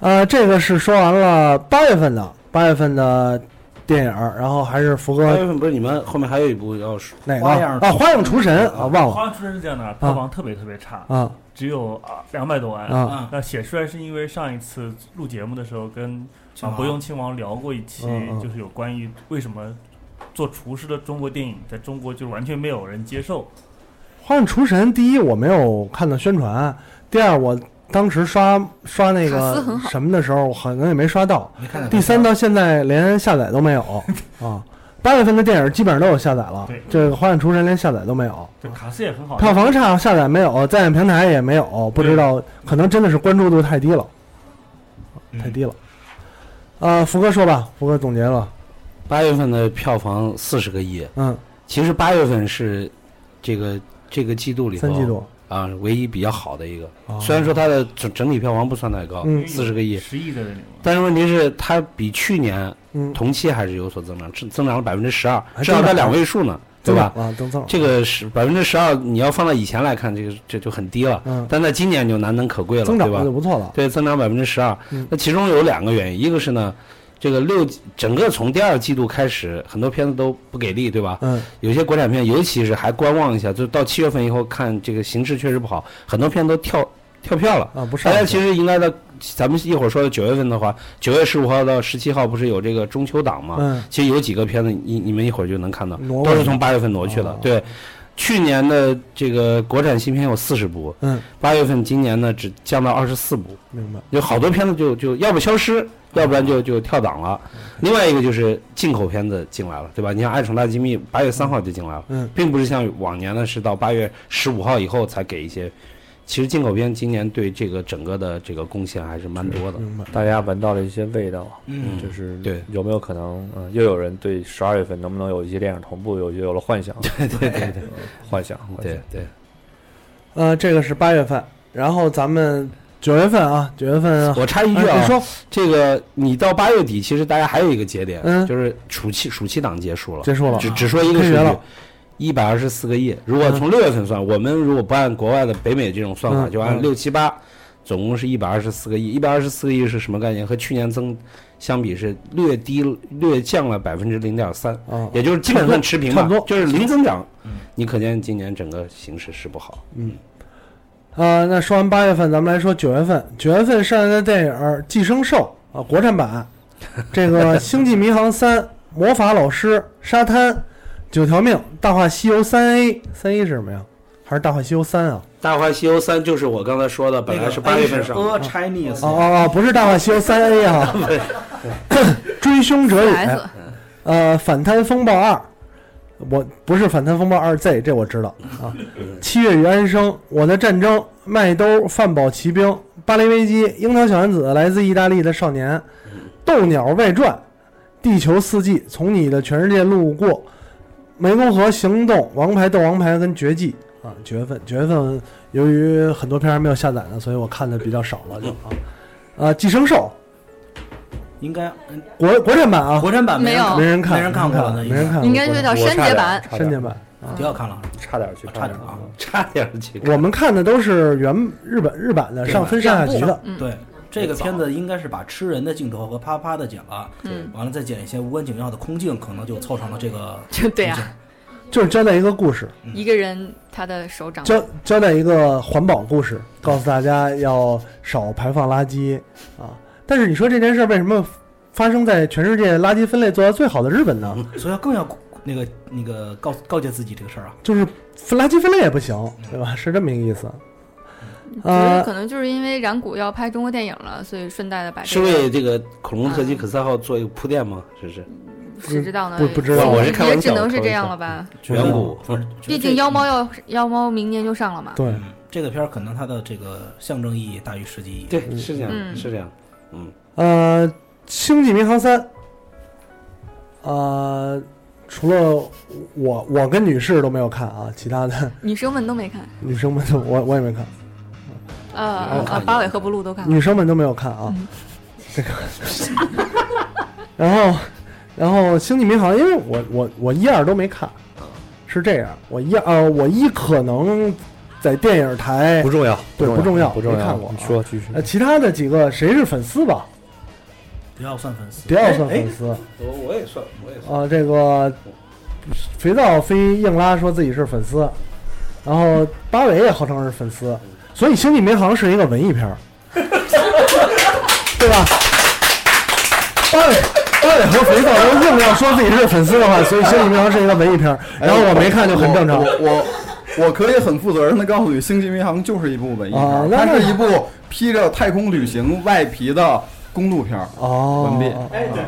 呃，这个是说完了八月份的八月份的电影儿，然后还是福八月哥份不是你们后面还有一部要说，哪个花样啊？花样厨神啊，忘了花出来是这样的，票房特别特别差，啊只有啊两百多万。啊啊，那写出来是因为上一次录节目的时候跟亲啊王不用亲王聊过一期嗯嗯，就是有关于为什么做厨师的中国电影在中国就完全没有人接受。花样厨神第一我没有看到宣传，第二我当时刷刷那卡斯个很好什么的时候，我可能也没刷到。没看到第三到现在连下载都没有 啊。八月份的电影基本上都有下载了对，这个《花样厨神》连下载都没有。对，卡斯也很好，票房差，下载没有，在线平台也没有，不知道，可能真的是关注度太低了，嗯太低了。呃，福哥说吧，福哥总结了，八月份的票房四十个亿。嗯，其实八月份是这个这个季度里头三季度，啊唯一比较好的一个，哦虽然说它的整整体票房不算太高，嗯四十个亿，十亿的人流但是问题是它比去年嗯，同期还是有所增长，增增长了百分之十二，还至少增在长两了位数呢，对增吧长？啊，增长，这个是百分之十二，你要放到以前来看，这个这就很低了。嗯，但在今年就难能可贵了，增对长了吧就？不错了，对，增长百分之十二嗯。那其中有两个原因，一个是呢，这个六整个从第二季度开始，很多片子都不给力，对吧？嗯，有些国产片，尤其是还观望一下，就到七月份以后看这个形势确实不好，很多片都跳跳票了。啊，不大上家了，其实应该在咱们一会儿说的九月份的话，九月十五号到十七号不是有这个中秋档吗？嗯，其实有几个片子，你你们一会儿就能看到，挪过都去是从八月份挪去的。哦对，去年的这个国产新片有四十部，嗯，八月份今年呢只降到二十四部，明白。有好多片子就就要不消失，要不然就就跳档了。另外一个就是进口片子进来了，对吧？你像《爱宠大机密》，八月三号就进来了，嗯，并不是像往年呢是到八月十五号以后才给一些。其实进口片今年对这个整个的这个贡献还是蛮多的，明白。大家闻到了一些味道，嗯就是对有没有可能，嗯，又有人对十二月份能不能有一些电影同步有有了幻想？对对对对，幻想，幻对想。对。呃，这个是八月份，然后咱们九月份啊，九月份啊，我插一你句啊，说这个你到八月底，其实大家还有一个节点，嗯就是暑期暑期档结束了，结束了，啊只只说一个开数学据了，一百二十四个亿。如果从六月份算，我们如果不按国外的北美这种算法，嗯就按嗯六七八，总共是一百二十四个亿。一百二十四个亿是什么概念？和去年增相比是略低略降了百分之零点三，啊，也就是基本上持平差吧不多，就是零增长嗯。你可见今年整个形势是不好。嗯。啊，那说完八月份，咱们来说九月份。九月份上映的电影儿《寄生兽》啊，国产版，这 个《星际迷航三》《魔法老师》《沙滩》《九条命》《大话西游三 A》三 A 是什么呀？还是《大话西游三》啊？ 《大话西游三》就是我刚才说的，本来哎是八月份上的，嗯啊 A Chinese，哦哦哦，不是《大话西游三 A》啊， 追凶者也 S，》呃，《反贪风暴二》，我不是《反贪风暴二 Z》，这我知道啊，嗯《七月与安生》《我的战争》《麦兜饭堡骑兵》《巴黎危机》《樱桃小丸子》《来自意大利的少年》《斗鸟外传》《地球四季》《从你的全世界路过》《湄公河行动》《王牌斗王牌》跟《绝技》啊，九月份，九月份由于很多片还没有下载呢，所以我看的比较少了就啊，啊，《寄生兽应该嗯》国国产版啊，国产版没人有没人看，啊没人看过了呢没人看过，应该就叫删节版。差删点减版。挺好看了，差点去看，差点啊差点儿去看。我们看的都是原日本日版的对上分上下集的，嗯对。这个片子应该是把吃人的镜头和啪啪的剪了，嗯，完了再剪一些无关紧要的空镜，可能就凑成了这个就对呀、就是交代一个故事，嗯一个人他的手掌交交代一个环保故事，告诉大家要少排放垃圾啊。但是你说这件事儿为什么发生在全世界垃圾分类做到最好的日本呢？所以要更要那个那个告告诫自己这个事儿啊，就是分垃圾分类也不行，对吧？是这么一个意思。觉得呃可能就是因为染谷要拍中国电影了，所以顺带的把是这个为这个《恐龙特级可赛号》做一个铺垫吗？这是谁知道呢？不不知道我是开玩笑也只能是这开玩笑样了吧。远古，毕竟妖猫要妖猫明年就上了嘛。对，嗯，这个片儿可能它的这个象征意义大于实际意义。对，是这样，嗯是这样。嗯，呃，《星际迷航三》，呃，除了我，我跟女士都没有看啊，其他的女生们都没看，女生们都我我也没看。哦呃呃，八尾和不露都看了。嗯女生们都没有看啊，这个， 然后，然后《星际迷航》，因为我我我一二都没看，是这样，我一呃我一可能在电影台不重要，对不重不不重重要。要没看过啊你说继续呃，其他的几个谁是粉丝吧？不要算粉丝，哎迪奥算粉丝啊、啊我我也算，我也 算。这个肥皂非硬拉说自己是粉丝，然后八尾也号称是粉丝，所以《星际迷航》是一个文艺片儿，对吧？ 八尾八尾 哎和肥皂都硬要说自己是粉丝的话，所以《星际迷哎航》是一个文艺片儿，然后我没看就很正常哎我。我 我我可以很负责任的告诉你，《星际迷航》就是一部文艺片啊儿，那它是一部披着太空旅行外皮的公路片儿。哦文笔，哎，对，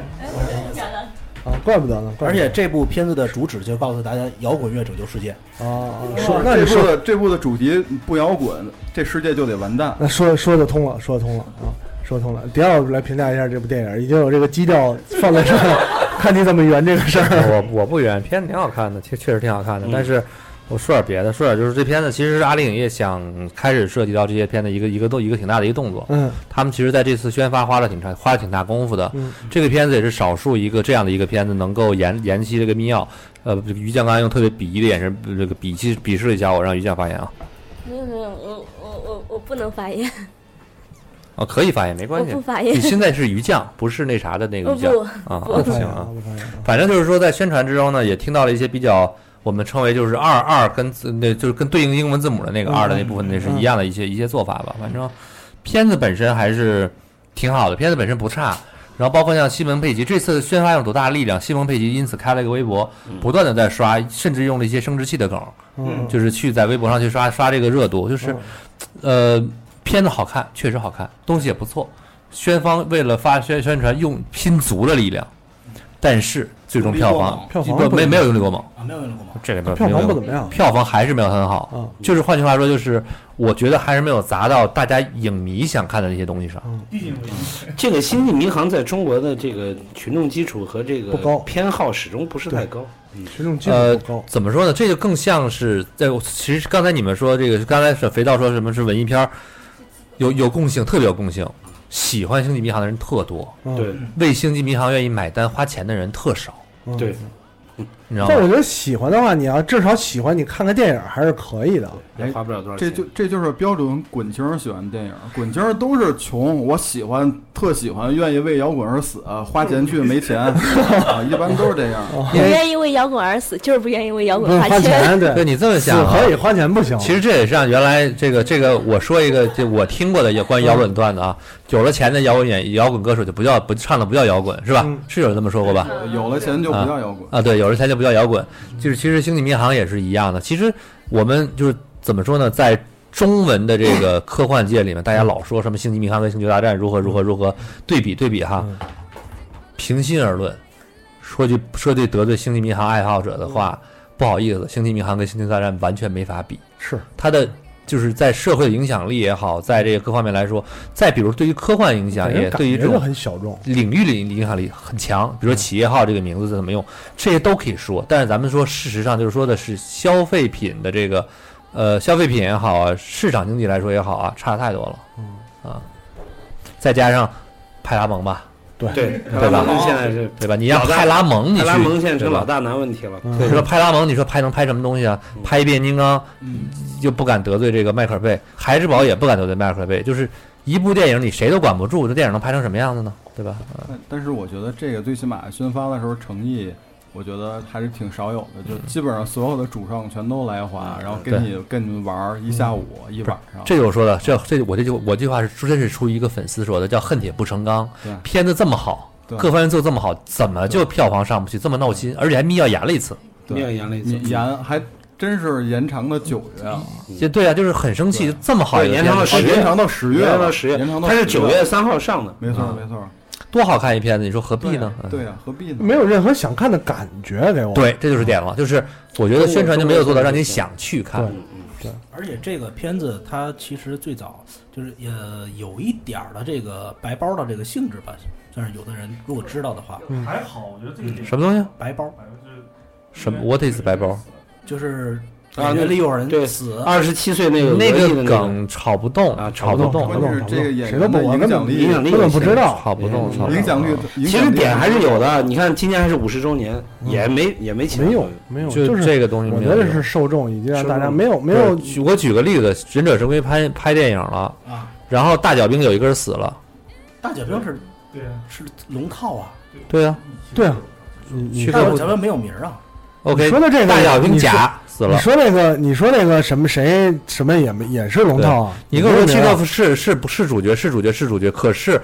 啊，怪不得呢，怪而不得且这部片子的主旨就告诉大家摇滚乐拯救世界。啊，哦啊说说那这你部说的这部的主题不摇滚，这世界就得完蛋。 那说说得通了，说得通了啊，说得通了。迪奥来评价一下这部电影，已经有这个基调放在这儿， 看你怎么圆这个事儿。 嗯我我不远，片子挺好看的，确确实挺好看的。但是我说点别的，说点就是这片子其实是阿里影业想开始涉及到这些片的一个一个动一个挺大的一个动作。嗯他们其实在这次宣发花了挺长花了挺大功夫的。嗯这个片子也是少数一个这样的一个片子能够延延期这个密钥。呃，于酱刚才用特别鄙夷的眼神，呃这个鄙视鄙视了一下我，让于酱发言啊。没有没有，我我我我不能发 言，啊，可以发言，没我关系不。发你言，现在是于酱，不是那啥的那个我于酱不，啊，不啊不发行言啊啊，。不发言啊。反正就是说，在宣传之中呢，也听到了一些比较我们称为就是二二跟字那就是跟对应英文字母的那个嗯二的那部分那是一样的一些一些做法吧。反正片子本身还是挺好的，片子本身不差。然后包括像西蒙佩吉这次宣发有多大力量，西蒙佩吉因此开了一个微博，不断的在刷，甚至用了一些生殖器的梗，嗯，就是去在微博上去刷刷这个热度，就是，呃，片子好看，确实好看，东西也不错，宣方为了发宣宣传用拼足了力量，但是最终票房票房不不没怎么样没有用力过猛，啊，没有用过吗？这个没有票没有用房不力怎么样，票房还是没有很好，嗯就是换句话说，就是我觉得还是没有砸到大家影迷想看的那些东西上。嗯毕竟我 这个《星际迷航》在中国的这个群众基础和这个不高偏好始终不是太高。嗯群众基呃础不高，，怎么说呢？这就更像是在我其实刚才你们说这个，刚才是肥皂说什么是文艺片儿，有有共性，特别有共性。喜欢《星际迷航》的人特多，嗯对为《星际迷航》愿意买单花钱的人特少，嗯对，你知道但吗？我觉得喜欢的话，你要至少喜欢，你看个电影还是可以的。哎花不了多少这钱。就这就是标准滚青儿喜欢电影，滚青儿都是穷，我喜欢特喜欢，愿意为摇滚而死，花钱去没 钱，啊，一般都是这样。不愿意为摇滚而死，就是不愿意为摇不滚是花花钱。钱，对对，你这么死想、啊，可以花钱不行。其实这也是让原来这个这个，我说一个这我听过的有关于摇滚段子啊，有了钱的摇滚演摇滚歌手就不叫不唱的不叫摇滚是吧？嗯是有人这么说过吧？有了钱就不叫摇滚。啊，对，有了钱就不叫摇滚，就是其实《星际迷航》也是一样的。其实我们就是怎么说呢，在中文的这个科幻界里面，大家老说什么《星际迷航》跟《星球大战》如何如何如何对比对比哈，嗯平心而论，说句说句得罪《星际迷航》爱好者的话，不好意思，《星际迷航》跟《星球大战》完全没法比。嗯是它的就是在社会的影响力也好，在这个各方面来说，再比如对于科幻影响感也觉对于这感觉就种很小众，领域里影响力很强，比如说企业号这个名字怎么用，这些都可以说。但是咱们说，事实上就是说的是消费品的这个，呃，消费品也好啊，市场经济来说也好啊，差太多了。嗯啊，再加上派拉蒙吧，对，对吧蒙现在是对吧？你让老大派拉蒙你派去，拉蒙现在对成老吧？大难问题了。嗯嗯你说派拉蒙，你说拍能拍什么东西啊？拍一变形金刚，就不敢得罪这个迈克尔贝，孩之宝也不敢得罪迈克尔贝，就是一部电影你谁都管不住，这电影能拍成什么样子呢？对吧？嗯但但是我觉得这个最起码宣发的时候诚意，我觉得还是挺少有的，嗯就基本上所有的主创全都来华，然后跟你跟你们玩儿一下午一晚上。这嗯就是说的，这这我这句我这句话是真是出于一个粉丝说的，叫恨铁不成钢对。片子这么好，对各方面做这么好，怎么就票房上不去？这么闹心，而且还密钥演了一次。对要严了一次你延还真是延长到九月啊，嗯就对啊，就是很生气，这么好一对个延片长到子，十月，延长到十月了延延长到十月长，到它是十月九月三号上的，没错嗯没错，多好看一片子，你说何必呢？嗯对呀，何必呢？没有任何想看的感觉给我。，对，这就是点了，就是我觉得宣传就没有做到让你想去看对。而且这个片子它其实最早就是呃有一点儿的这个白包的这个性质吧，算是有的人如果知道的话，嗯还好，我觉得这个点什么东西？白包反正是什么？What is 白包？就是啊里有对人啊死，二十七岁那个那俄裔个的那梗炒不动啊炒炒不不动，关键是这个演谁都员不的我影根响本力影，响力根本不知道。炒不动，嗯炒不动影响力，影其响实力点还是有的。你看今年还是五十周年，也没也没起来嗯没有，没有，就是这个东西我没觉有用。得是受众已经让大受家众哎没有没对有举我举个例子，《忍者神龟》拍拍电影了啊，然后大脚兵有一个人死了，大脚兵是对啊，是龙套啊，对啊对啊。你你去大看脚兵没有名儿啊， ，OK，你说的这个大脚兵你说甲死你了。说那个，你说那个什么谁什么也没也是龙套啊？你跟我说没契有诃夫是是不是主角？是主角，是主角。可是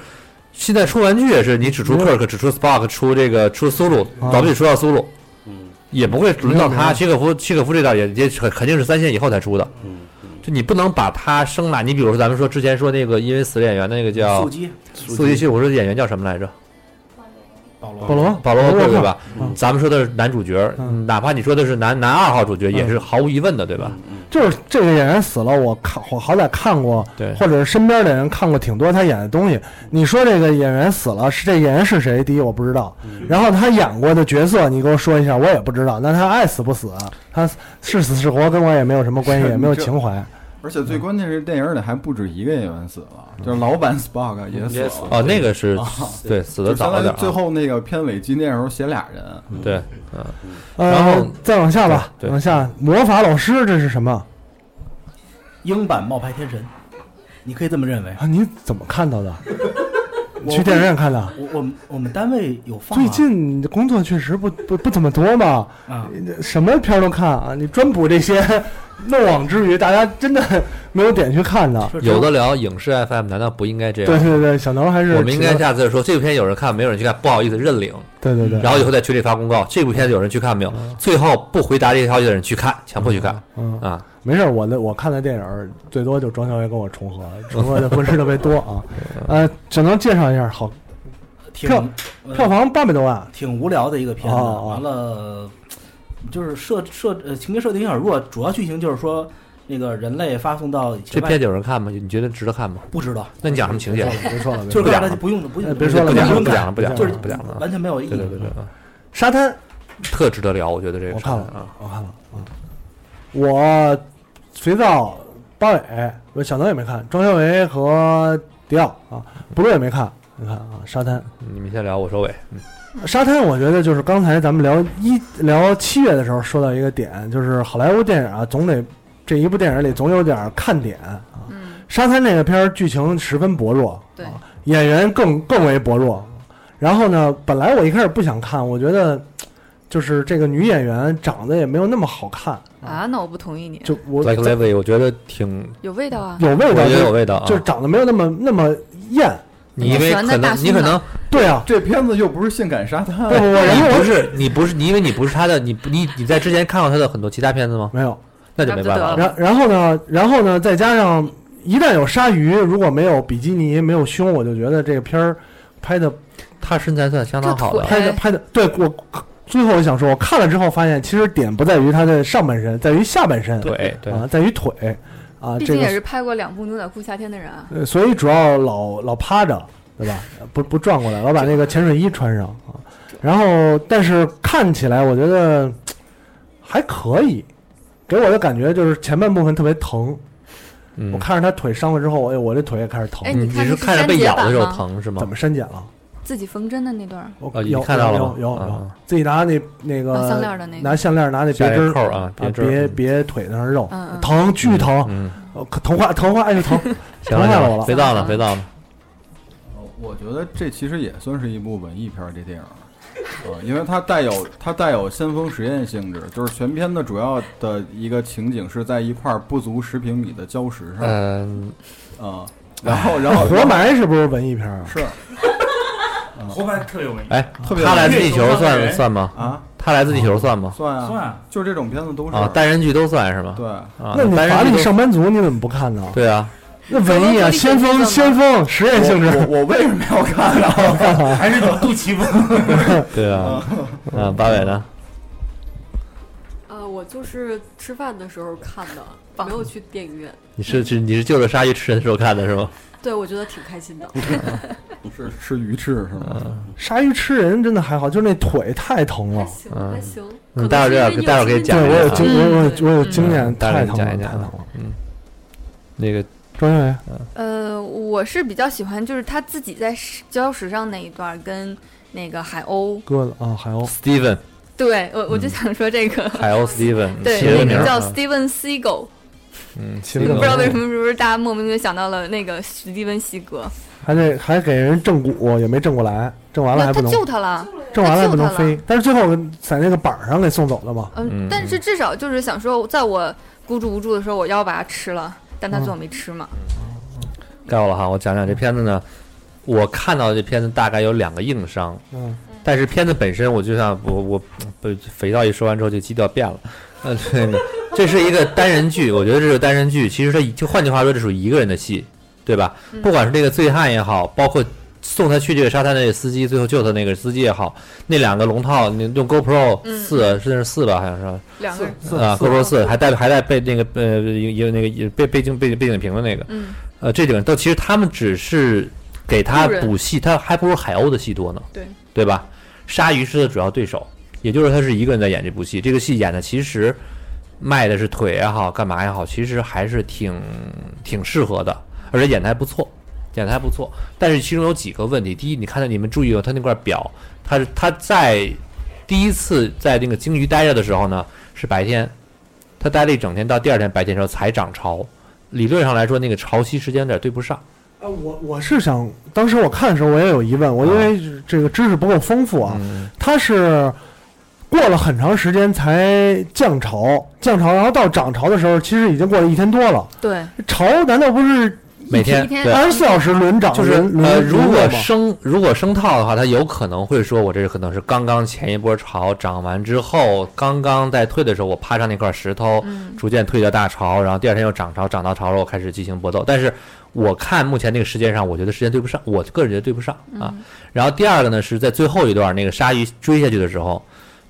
现在出玩具也是，你只出没有 Kirk，只出 Spock，出这个出苏鲁，啊早不就出到苏鲁，嗯也不会轮到没有没他。有契诃夫契诃夫这道也也肯肯定是三线以后才出的。嗯嗯，就你不能把他生来，你比如说咱们说之前说那个因为死了演员那个叫素鸡速激去，我说演员叫什么来着？保罗保罗保罗保罗对沃克吧嗯？咱们说的是男主角，嗯哪怕你说的是男男二号主角，也是毫无疑问的，对吧？就是这个演员死了，我看我好歹看过，对或者是身边的人看过挺多他演的东西。你说这个演员死了，是这演员是谁？第一我不知道，然后他演过的角色你给我说一下，我也不知道。那他爱死不死啊？他是死是活跟我也没有什么关系，是也没有这情怀。而且最关键是电影里还不止一个演员死了，就是老版 Spock 也死嗯也死了了。嗯哦，那个是啊对死的就早相当了点于啊，最后那个片尾纪念的时候写俩人，对嗯呃然后再往下吧，对对往下魔法老师这是什么英版冒牌天神，你可以这么认为。啊？你怎么看到的？我 去电影院看的？我我们我们单位有放、啊、最近你的工作确实不不不怎么多嘛，啊，什么片儿都看啊，你专补这些 漏网之鱼，大家真的没有点去看的。有的聊影视 FM，难道不应该这对样？对对，小挠还是我们应该起了下次说这部片有人看，没有人去看，不好意思认领。对对对，嗯然后以后在群里发公告，这部片子有人去看没有？最后不回答这些消息的人去看，强迫去看嗯，啊！没事儿，我的我看的电影儿最多就庄小月跟我重合，重合的不是特别多啊。嗯呃，只能介绍一下，好，挺票呃票房八百多万，挺无聊的一个片子，哦哦完了就是设设呃情节设定有点弱，主要剧情就是说那个人类发送到这这片子有人看吗？你觉得值得看吗？不知道，那你讲什么情节？别说了，别就说是了。告诉大家不用不哎用，别说了不讲不了，用不讲了，不讲了，就是不讲了。啊完全没有意义。对嗯对对对，啊沙滩特值得聊，我觉得这个我是看了啊，我看了啊，我肥皂八尾，我小能也没看，庄小维和迪奥啊，不露也没看。你看啊，沙滩，你们先聊，我收尾。嗯沙滩，我觉得就是刚才咱们聊一聊七月的时候说到一个点，就是好莱坞电影啊，总得这一部电影里总有点儿看点啊。啊嗯，沙滩这个片儿剧情十分薄弱，对，演员更更为薄弱。然后呢，本来我一开始不想看，我觉得就是这个女演员长得也没有那么好看，啊，那我不同意你，就我 Black Levy，我觉得挺，有味道啊。有味我道，觉得有就味道啊。就是长得没有那么那么艳。你因为喜欢可在大能胸你可能对啊，这片子又不是性感沙滩不，不不，然后你不我是你不是你，因为你不是他的，你不你你在之前看过他的很多其他片子吗？没有，那就没办那不就得了法了。然然后呢，然后呢，再加上一旦有鲨鱼，如果没有比基尼，没有胸，我就觉得这个片儿拍的他身材算相当好这的腿，拍哎的拍的，对我最后我想说，我看了之后发现，其实点不在于它的上半身，在于下半身，对对啊，在于腿啊，毕这竟也个是拍过两部《牛仔裤夏天》的人啊，呃，所以主要老老趴着，对吧？不不转过来，老把那个潜水衣穿上啊。然后，但是看起来我觉得嘖还可以，给我的感觉就是前半部分特别疼。我嗯，看着他腿伤了之后，哎呦，我这腿也开始疼哎，你你看是的是看着被删节咬的时候版吗疼是吗怎？么删减了？自己缝针的那段儿，我啊你有看到了吗有有啊有啊，自己拿那那个啊项链的那个拿项链拿那别下一针个儿扣啊，别啊，针儿别嗯别腿那儿肉嗯嗯，疼巨疼，嗯，呃可疼坏疼坏，哎呦疼， 行疼坏了我了，了别嗯闹了，别闹了。呃我觉得这其实也算是一部文艺片儿，这电影儿，呃，因为它带有它带有先锋实验性质，就是全片的主要的一个情景是在一块不足十平米的礁石上，啊、啊嗯，然后然哎后呃活埋是不是文艺片儿啊？是后半特别有文艺，哎，特别他来自地球算算吗？啊，他来自地球算吗？算啊，算啊就这种片子都是啊，单人剧都算是吗？对，啊，那你单法人律剧都上班族你怎么不看呢？对啊，那文艺啊，先锋先锋实验性质，我我为什么要看 呢？还是有肚脐风。 对啊，啊，八尾呢？呃，我就是吃饭的时候看的，没有去电影院。你是是你是就着鲨鱼吃人的时候看的是吗？对，我觉得挺开心的。是是鱼翅是啊吗？鲨鱼吃人真的还好，就是那腿太疼还了。行，嗯还行。嗯可能待会儿是这样因为待会儿可以有对，讲啊经我历有过经我有我有嗯经验，大太概疼了，讲太一疼讲啊了。，嗯，那个庄小伟，呃，我是比较喜欢就是他自己在石礁石上那一段儿跟那个海鸥，哥了啊，海鸥 Steven 对我我就嗯想说这个，海 鸥 Steven 哦对，起了个那名个儿叫啊， Steven Seagal，嗯，起了这个不名知儿道为什么是不是大家莫名就想到了那个史蒂文西格，还得还给人正骨，也没正过来，正完了那还他不能，救他了，正完了还不能他救他飞，但是最后在那个板儿上给送走了嘛。嗯嗯，但是至少就是想说，在我孤注无助的时候，我要把它吃了，但嗯他最后没吃嘛，该我了哈。我讲讲这片子呢，我看到这片子大概有两个硬伤，嗯，但是片子本身我就像我我被肥皂一说完之后就基调变了，呃，对，这是一个单人剧，我觉得这是单人剧，其实它就换句话说，这属于一个人的戏，对吧？嗯不管是这个醉汉也好，包括。送他去这个沙滩的司机，最后救他那个司机也好，那两个龙套，你用 GoPro 嗯四、是那是四吧，好像是，两个人，啊，GoPro 四还带还带背那个呃影影那个背背景背景背景屏的那个，嗯，呃，这里面都其实他们只是给他路人补戏，他还不如海鸥的戏多呢，对对吧？鲨鱼是他的主要对手，也就是他是一个人在演这部戏，这个戏演的其实卖的是腿也好，干嘛也好，其实还是挺挺适合的，而且演的还不错，演的还不错。但是其中有几个问题，第一，你看到你们注意到他那块表，他是他在第一次在那个鲸鱼待着的时候呢，是白天，他待了一整天，到第二天白天的时候才涨潮。理论上来说，那个潮汐时间有点对不上。呃，我我是想，当时我看的时候我也有疑问，我因为这个知识不够丰富啊，嗯，啊它是过了很长时间才降潮，降潮，然后到涨潮的时候，其实已经过了一天多了。对，潮难道不是每天一天对二十四小时轮涨？就是轮呃，轮如轮果过吗升如果升套的话，它有可能会说，我这可能是刚刚前一波潮涨完之后，刚刚在退的时候，我趴上那块石头，嗯，逐渐退掉大潮，然后第二天又涨潮，涨到潮了，我开始进行搏斗。但是我看目前那个时间上，我觉得时间对不上，我个人觉得对不上啊。然后第二个呢，是在最后一段那个鲨鱼追下去的时候，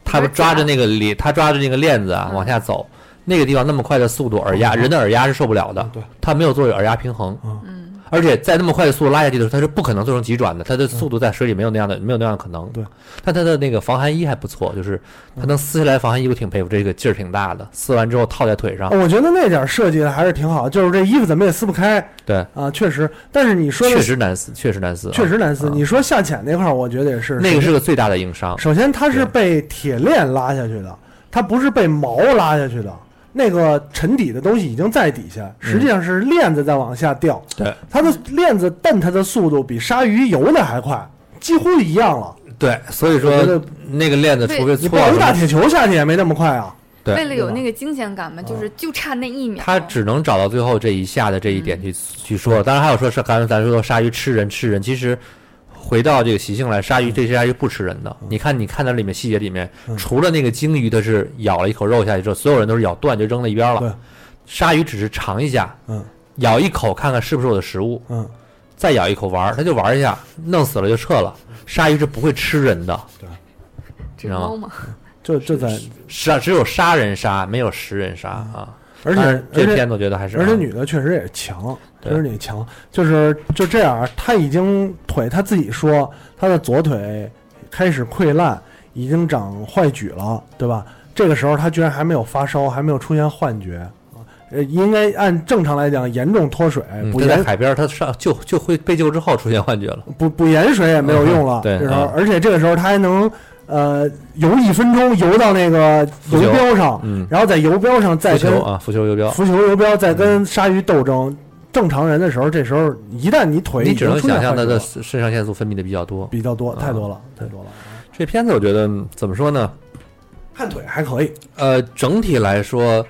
他不抓着那个链，他抓着那个链子啊嗯往下走，那个地方那么快的速度，耳压人的耳压是受不了的，对，他没有做耳压平衡，嗯，而且在那么快的速度拉下去的时候，它是不可能做成急转的，它的速度在水里没有那样的没有那样的可能。对，但它的那个防寒衣还不错，就是它能撕下来防寒衣，我挺佩服，这个劲儿挺大的，撕完之后套在腿上，哦我觉得那点儿设计的还是挺好，就是这衣服怎么也撕不开对，啊，确实。但是你说的确实难撕，确实难撕啊，确实难撕。啊你说下潜那块儿，我觉得也是那个是个最大的硬伤。首先，它对是被铁链拉下去的，它不是被毛拉下去的。那个沉底的东西已经在底下，实际上是链子在往下掉。对，它的链子蹬它的速度比鲨鱼游的还快，几乎一样了。对，所以我觉得说那个链子，对除非错你抱一大了，铁球下去也没那么快啊。对为了有对吧嗯那个惊险感嘛，就是就差那一秒，他只能找到最后这一下的这一点嗯去去说。当然还有说是刚才咱说鲨鱼吃人吃人，其实回到这个习性来，鲨嗯鱼这只鲨鱼不吃人的。你看你看到里面细节里面，除了那个鲸鱼它是咬了一口肉下去之后，所有人都是咬断就扔在一边对了，鲨鱼只是尝一下，嗯，咬一口看看是不是我的食物，嗯，再咬一口玩儿，它就玩一下，弄死了就撤了。嗯鲨鱼是不会吃人的，只猫嘛，就就在，嗯是啊，只有杀人杀，没有食人杀啊。而且当然而这且片子我觉得还是而且女的确实也强，确对实也强，就是就这样，她已经腿，她自己说她的左腿开始溃烂，已经长坏疽了，对吧？这个时候她居然还没有发烧，还没有出现幻觉，啊呃，应该按正常来讲严重脱水，嗯补他在盐海边儿，他上就就会被救之后出现幻觉了。补补盐水也没有用了嗯，对这时候嗯，而且这个时候她还能呃游一分钟，游到那个浮游球标上，嗯，然后在游标上再浮跟球啊，浮球游标，浮球游标在跟鲨鱼斗争，正常人的时候，这时候一旦你腿你已只经能出现想象幻它觉的了肾上腺素分泌的比较多。比较多，啊太多了，太多了。这片子我觉得嗯怎么说呢？看腿还可以，呃，整体来说，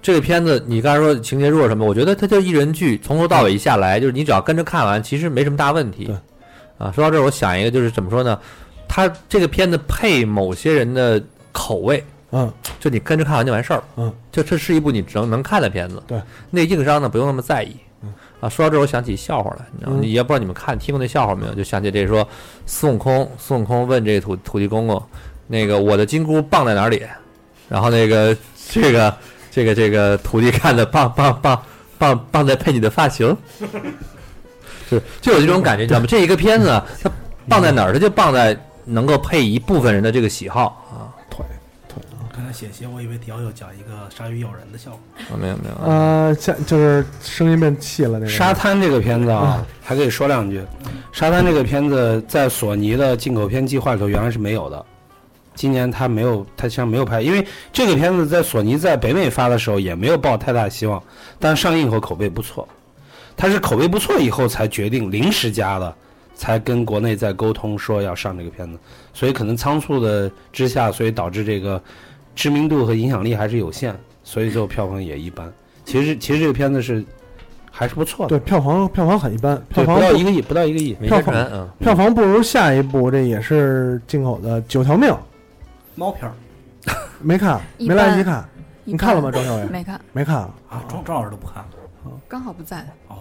这个片子你刚才说情节弱什么，我觉得它就一人剧，从头到尾一下来，就是你只要跟着看完，其实没什么大问题对。啊，说到这儿，我想一个，就是怎么说呢？它这个片子配某些人的口味，嗯，就你跟着看完就完事儿了。嗯，就这是一部你只能能看的片子。对，那硬伤呢不用那么在意。嗯啊，说到这儿我想起一笑话来，你知道吗？嗯你也不知道你们看听过那笑话没有？就想起这说孙悟空，孙悟空问这个土土地公公，那个我的金箍棒在哪里？然后那 个这个这个这个土地看的棒棒棒棒棒在配你的发型，是就有这种感觉，你知 道吗？这一个片子啊它棒在哪儿？它就棒在能够配一部分人的这个喜好啊。腿腿刚才险些，我以为迪奥要讲一个鲨鱼咬人的笑话。啊没有没有啊，，呃，像就是声音变细了那个沙滩这个片子啊，还可以说两句。沙滩这个片子在索尼的进口片计划里头原来是没有的，今年他没有，他像没有拍，因为这个片子在索尼在北美发的时候也没有抱太大希望，但上映以后口碑不错，他是口碑不错以后才决定临时加的，才跟国内在沟通说要上这个片子，所以可能仓促的之下，所以导致这个知名度和影响力还是有限，所以最后票房也一般。其实其实这个片子是还是不错的。对票房票房很一般，票对，房不到不一个亿，不到一个亿。没宣传嗯。票房不如下一部，这也是进口的《九条命》，猫片儿没看，一没来得及般看，你看了吗？一般张小伟没看，没看。啊，庄庄老师都不看刚好不在。哦，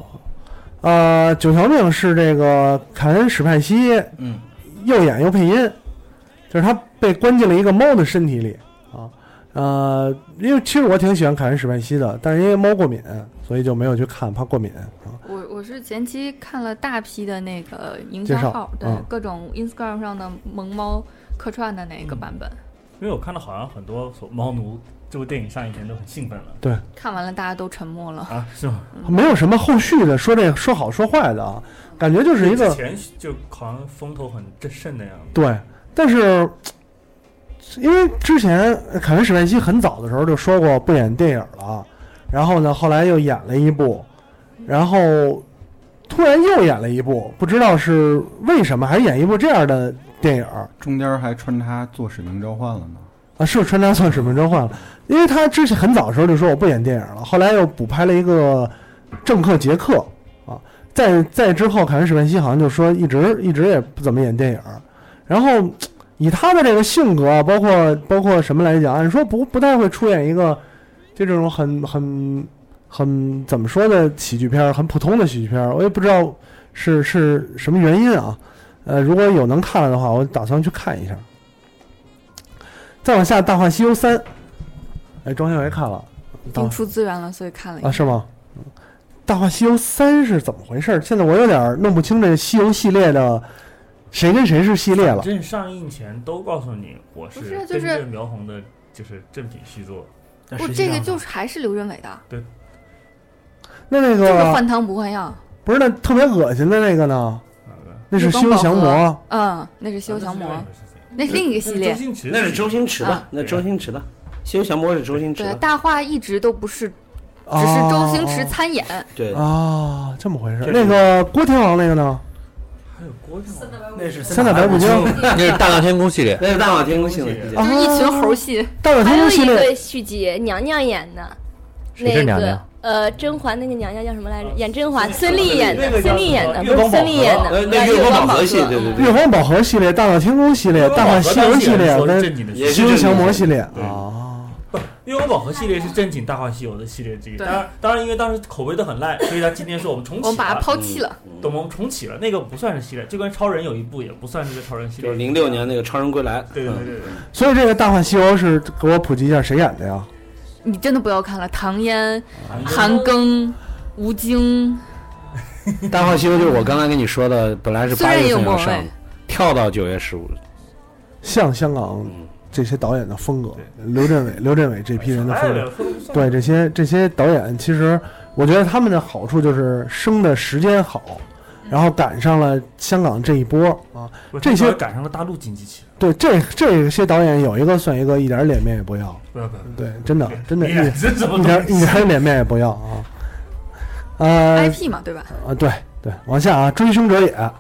呃，《九条命》是这个凯恩·史派西嗯，又演又配音，就是他被关进了一个猫的身体里啊。呃，因为其实我挺喜欢凯恩史派西的，但是因为猫过敏，所以就没有去看，怕过敏啊。我我是前期看了大批的那个营介销绍号，对、嗯各种 Instagram 上的萌猫客串的那个版本，因为我看到好像很多所猫奴这部电影上映前都很兴奋了看完了大家都沉默了。啊，是吗？没有什么后续的，说这个说好说坏的啊，感觉就是一之个前就好像风头很正盛的样子。对。但是呃因为之前凯恩史派西很早的时候就说过不演电影了，然后呢，后来又演了一部，然后突然又演了一部，不知道是啊为什么，还演一部这样的电影儿。中间还穿插做使命召唤了呢。啊，是穿插算使命召唤了，因为他之前很早的时候就说我不演电影了，后来又补拍了一个《政客杰克》啊，再再之后，凯文史派西好像就说一直一直也不怎么演电影，然后以他的这个性格啊，包括包括什么来讲，按说不不太会出演一个就这种很很很怎么说的喜剧片儿，很普通的喜剧片儿，我也不知道是是什么原因啊，呃，如果有能看了的话，我打算去看一下。再往下，《大话西游三》，哎，庄小维看了，大并出资源了，所以看了一下。啊是吗？《大话西游三》是怎么回事儿？现在我有点儿弄不清这西游系列的谁跟谁是系列了反。正上映前都告诉你我是不是啊根就是据苗红的，就是正品续作。但不，实际这上个呢就是还是刘镇伟的，那就那是个换汤不换药。不是那特别恶心的那个呢？哪个？那是日西光游宝盒降魔，嗯，那是《西游啊那降是魔那另外一》，回事情是另一个系周列。星驰那是周星驰的啊，那是周星驰的《西游降魔》是周星驰对，的，大话一直都不是，只只是周星驰参演。对 啊，哦这么回事儿。这那是个郭天王那个呢？还有郭靖，那是三打白骨精， 那是大闹天宫系列，那是大闹天宫系列。啊就是一群猴戏，大闹还天有宫系一列个续集，娘娘演的，谁那是娘个娘？呃，甄嬛那个娘娘叫什么来着啊？演甄嬛，孙孙俪演那个的，叫孙俪演什的，么不是孙俪演的，呃，那啊月光宝盒盒系，对对月对，光宝盒系列、大闹天宫系列、大话西游系列说是跟正经的也戏，是西游降魔系列对啊。月光宝盒系列是正经《大话西游》的系列之一。对当然，当然，因为当时口碑都很烂，所以他今天说我们重我启们把它了，抛弃了。懂吗？我们重启了，那个不算是系列，就跟超人有一部也不算是个超人系就列。嗯是零六。年那个《超人归来》。嗯对对对对对，所以这个大话西游是给我普及一下谁演的呀？你真的不要看了，唐嫣、韩韩庚、吴京， 《大话西游》就是我刚才跟你说的，本来是虽八然月有哎份莫要文上蔚，，跳到九月十五。像香港嗯，这些导演的风格，刘镇伟、刘镇伟这批人的哎风格，呀说不算对这些这些导演，其实我觉得他们的好处就是生的时间好，然后赶上了香港这一波啊。不是这些他赶上了大陆经济起来。对，这这些导演有一个算一个，一点脸面也不要。不要不要，对，真的真的，一你俩这什么一东点西一点脸面也不要啊。呃 IP 嘛，对吧？啊，对对，往下啊，《追凶者也》啊？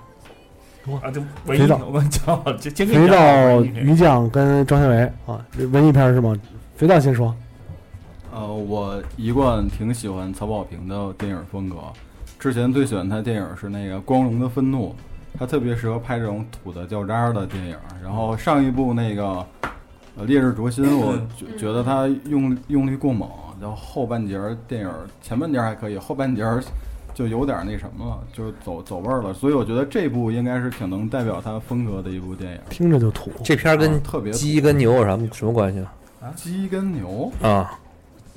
就肥文艺，皂我跟你讲，这先跟肥你讲皂、文艺片于酱跟庄小维啊，文艺片是吗？肥皂先说，呃，我一贯挺喜欢曹保平的电影风格，之前最喜欢他的电影是那个《光荣的愤怒》，他特别适合拍这种土的掉渣儿的电影。然后上一部那个呃《烈日灼心》，我嗯觉觉得他用用力过猛，然后后半截儿电影前半截儿还可以，后半截儿就有点那什么了，就是走走味儿了。所以我觉得这部应该是挺能代表他风格的一部电影。听着就土。这片儿啊跟特别鸡跟牛有什么什么关系啊？鸡跟牛啊，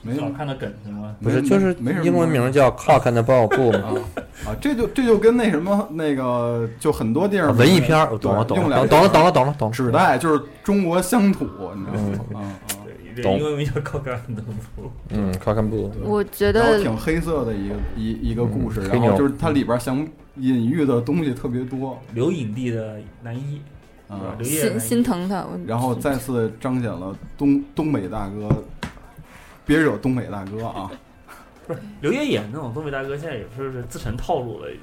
没老看的梗是吗？不是，没就是没什么英文名叫 Cock and Bull 布嘛，啊，这就这就跟那什么那个，就很多地儿啊文艺片儿，我懂了，对懂用了，两懂了，懂了，懂了，懂了。指代就是中国乡土，你知道吗？嗯嗯，对，懂英文名叫高干的不嗯，Cock and Bull，我觉然后得挺黑色的一个一一个故事，嗯然黑后牛就是它里边儿想隐喻的东西特别多刘影帝的男一，是吧啊，刘烨的心男一心疼他。我然后再次彰显了东东北大哥，别惹东北大哥啊！刘烨演那种东北大哥，现在也不是自成套路了，已经。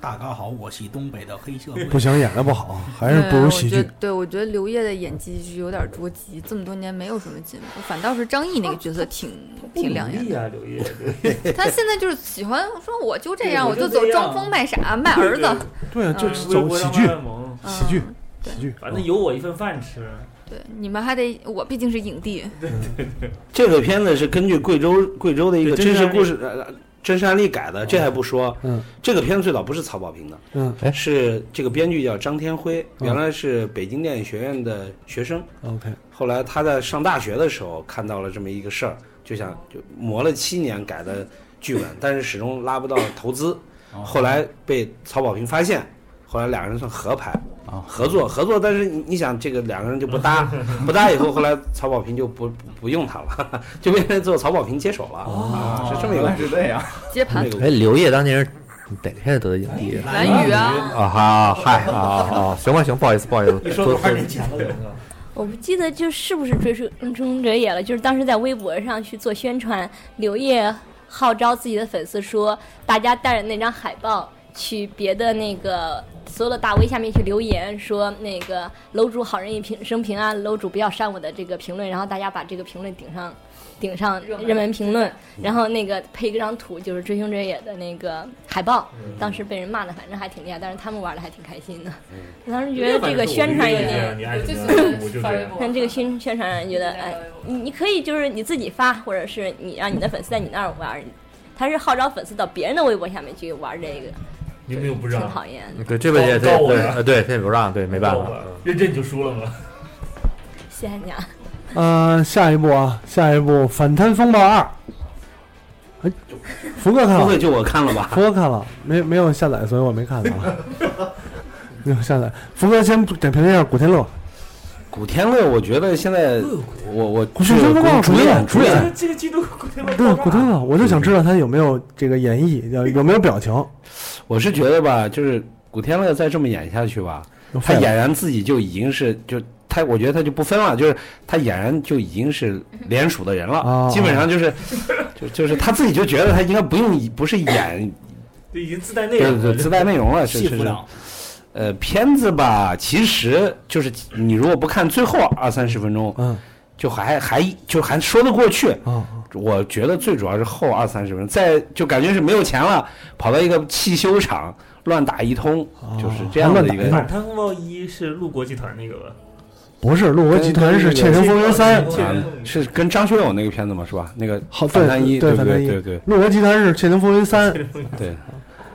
大家好，我系东北的黑社会。不行，演的不好，还是不对如我喜觉剧得。对，我觉得刘烨的演技是有点着急，这么多年没有什么进步，反倒是张译那个角色挺挺亮眼的。啊，刘烨。 他现在就是喜欢说我就这对样，我我就走这样装疯卖傻卖 儿子，对啊，就嗯是走喜剧，萌，喜剧，嗯喜剧。反正有我一份饭吃。对，你们还得我毕竟是影帝，这个片子是根据贵州贵州的一个对真真实实案例故事呃呃真实案例改的，这还不说。 嗯这个片子最早不是曹保平的，嗯哎是这个编剧叫张天辉，嗯原来是北京电影学院的学生， ，OK，后来他在上大学的时候看到了这么一个事儿，就想就磨了七年改的剧本，但是始终拉不到投资，啊后来被曹保平发现，后来两个人算合拍啊合作合作，但是你你想这个两个人就 不搭，不搭以后，后来曹保平就不不不用他了， 就变成最后曹保平接手了、哦啊，是这么一哦原个来是这样， 接这么盘一个哎，刘烨当年是哪个片子得的影帝？蓝宇啊，啊哈，嗨啊啊，行吧行，不好意思不好意思，一多说多多少年前了，有没有我不记得就是不是追出《终者也》了，就是当时在微博上去做宣传，刘烨号召自己的粉丝说，大家带着那张海报去别的那个所有的大 V 下面去留言说那个楼主好人一平生平安，楼主不要删我的这个评论，然后大家把这个评论顶上顶上热门评论，然后那个配一张图，就是《追凶者也》的那个海报，当时被人骂的反正还挺厉害，但是他们玩的还挺开心的，我当时觉得这个宣传有点。你爱我怎就么喜样，我就这欢发微样。博。但这个宣宣传让人觉得，哎，你你可以就是你自己发，或者是你让你的粉丝在你那儿玩儿，他是号召粉丝到别人的微博下面去玩这个，你们又不让挺，讨厌的。对，这位也告告我对呀呃对，他也不让，对，没办告我法呀。认真你就输了嘛。谢谢你啊，呃，下一步啊，下一步《反贪风暴二》。哎，福哥看不了会，就我看了吧？福哥看了，没没有下载，所以我没看到 啊。没有下载，福哥先点评一下古天乐。古天乐，我觉得现在我我古天乐我主演主演这个季度古天乐对，古天乐，我就想知道他有没有这个演绎，有有没有表情。我是觉得吧，就是古天乐再这么演下去吧，有肺他了俨然自己就已经是就他，我觉得他就不分了，就是他俨然就已经是联署的人了，哦基本上就是就 就是他自己就觉得他应该不用不是演就已经自带内对容对了，对自带内容了，是戏是服是。党，呃，片子吧，其实就是你如果不看最后二三十分钟，嗯就还还就还说得过去。啊，我觉得最主要是后二三十分钟，再就感觉是没有钱了，跑到一个汽修厂乱打一通，就是这样的一哦还乱打个。反贪风暴一是陆国集团那个吧？不是，陆国集团是《窃听风云三》，窃听风云啊是跟张学友那个片子嘛，是吧？那个好反哦对贪一，对不反对？贪一对对陆国集团是《窃听风云 三》。对，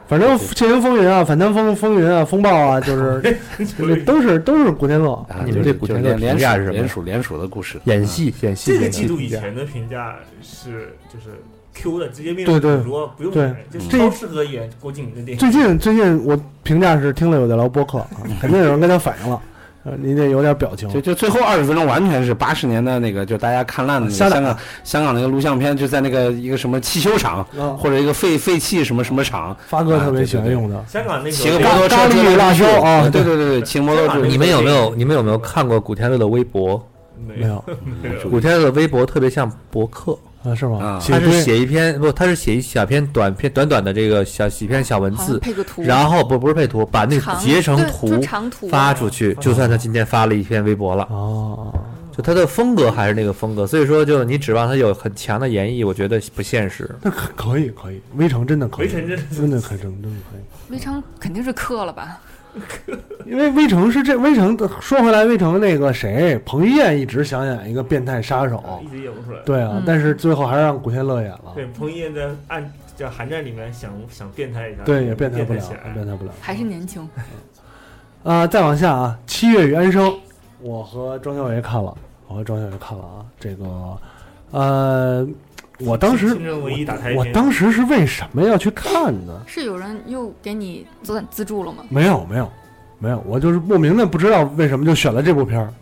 反正《窃听风云》啊，《反贪风风云》啊，《风暴》啊，就是 就是都是都是古天乐。啊你们就是这古就是天乐联评价是联什署么联署联署的故事，啊演戏演戏，这个演季戏度以前的评价是就是 Q 的直接面对对主播不用对演，就是这超适合演郭敬明的电影。最近最近我评价是听了有在聊播客啊，肯定有人跟他反映了，呃，你得有点表 情。就就最后二十分钟完全是八十年代那个，就大家看烂的那个瞎打香港香港那个录像片，就在那个一个什么汽修厂啊或者一个废废弃什么什么厂，啊发哥特别喜欢用的，香港那骑个个摩托车咖喱追来辣追去椒啊对对对对，骑摩托香港那车个你们有没有你们有没有看过古天乐的微博？没没有没有古天乐的微博特别像博客，啊？是吗啊？写他一是堆写一篇不，他是写一小篇短篇短短的这个小几篇小文好像字，配个图，然后不不是配图，把那个长截成对图就长图哦发出去，就算他今天发了一篇微博了。哦，就他的风格还是那个风格，所以说就你指望他有很强的演绎，我觉得不现实。那可可以可以，微城真的可以，围城真的真的可以真的可以。微商肯定是刻了吧？ 因为魏城是这魏城的，说回来，魏城那个谁，彭于晏一直想演一个变态杀手一，直演不出来。对啊，嗯但是最后还是让古天乐演了，对，彭于晏在暗叫寒战里面想想变态一下，对，也变态态不了起来，变态不了。还是年轻，啊、再往下啊，《七月与安生》，我和庄小维看了，我和庄小维看了啊，这个，呃，我当时青春唯一打开我篇当时是为什么要去看呢？是有人又给你做资助了吗？没有没有没有，我就是莫名的不知道为什么就选了这部片儿，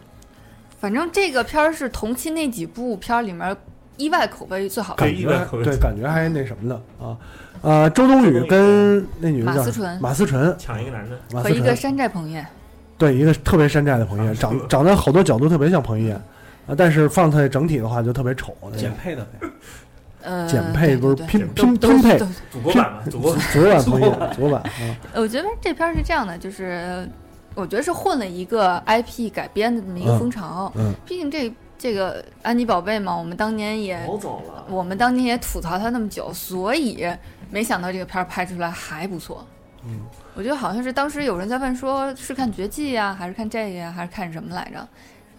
反正这个片儿是同期那几部片儿里面意外口碑最好的感对意外觉口味对感觉还那什么的啊，呃，周冬雨周冬雨跟那女的马叫思纯马思纯，抢一个男的，马和思一个纯，山寨彭于晏，对一个特别山寨的啊彭于晏，长长得好多角度特别像彭于晏。啊，但是放在整体的话就特别丑，那个减配的呗，呃，减配不是对对拼对拼都都拼配都呃主播版嘛，主播版昨晚彭于晏，昨晚啊，我觉得这片儿是这样的，就是我觉得是混了一个 IP 改编的这么一个风潮。嗯嗯毕竟这这个安妮宝贝嘛，我们当年也好早了，我们当年也吐槽她那么久，所以没想到这个片儿拍出来还不错。嗯，我觉得好像是当时有人在问说，是看《绝技》呀，还是看这个呀，还是看什么来着？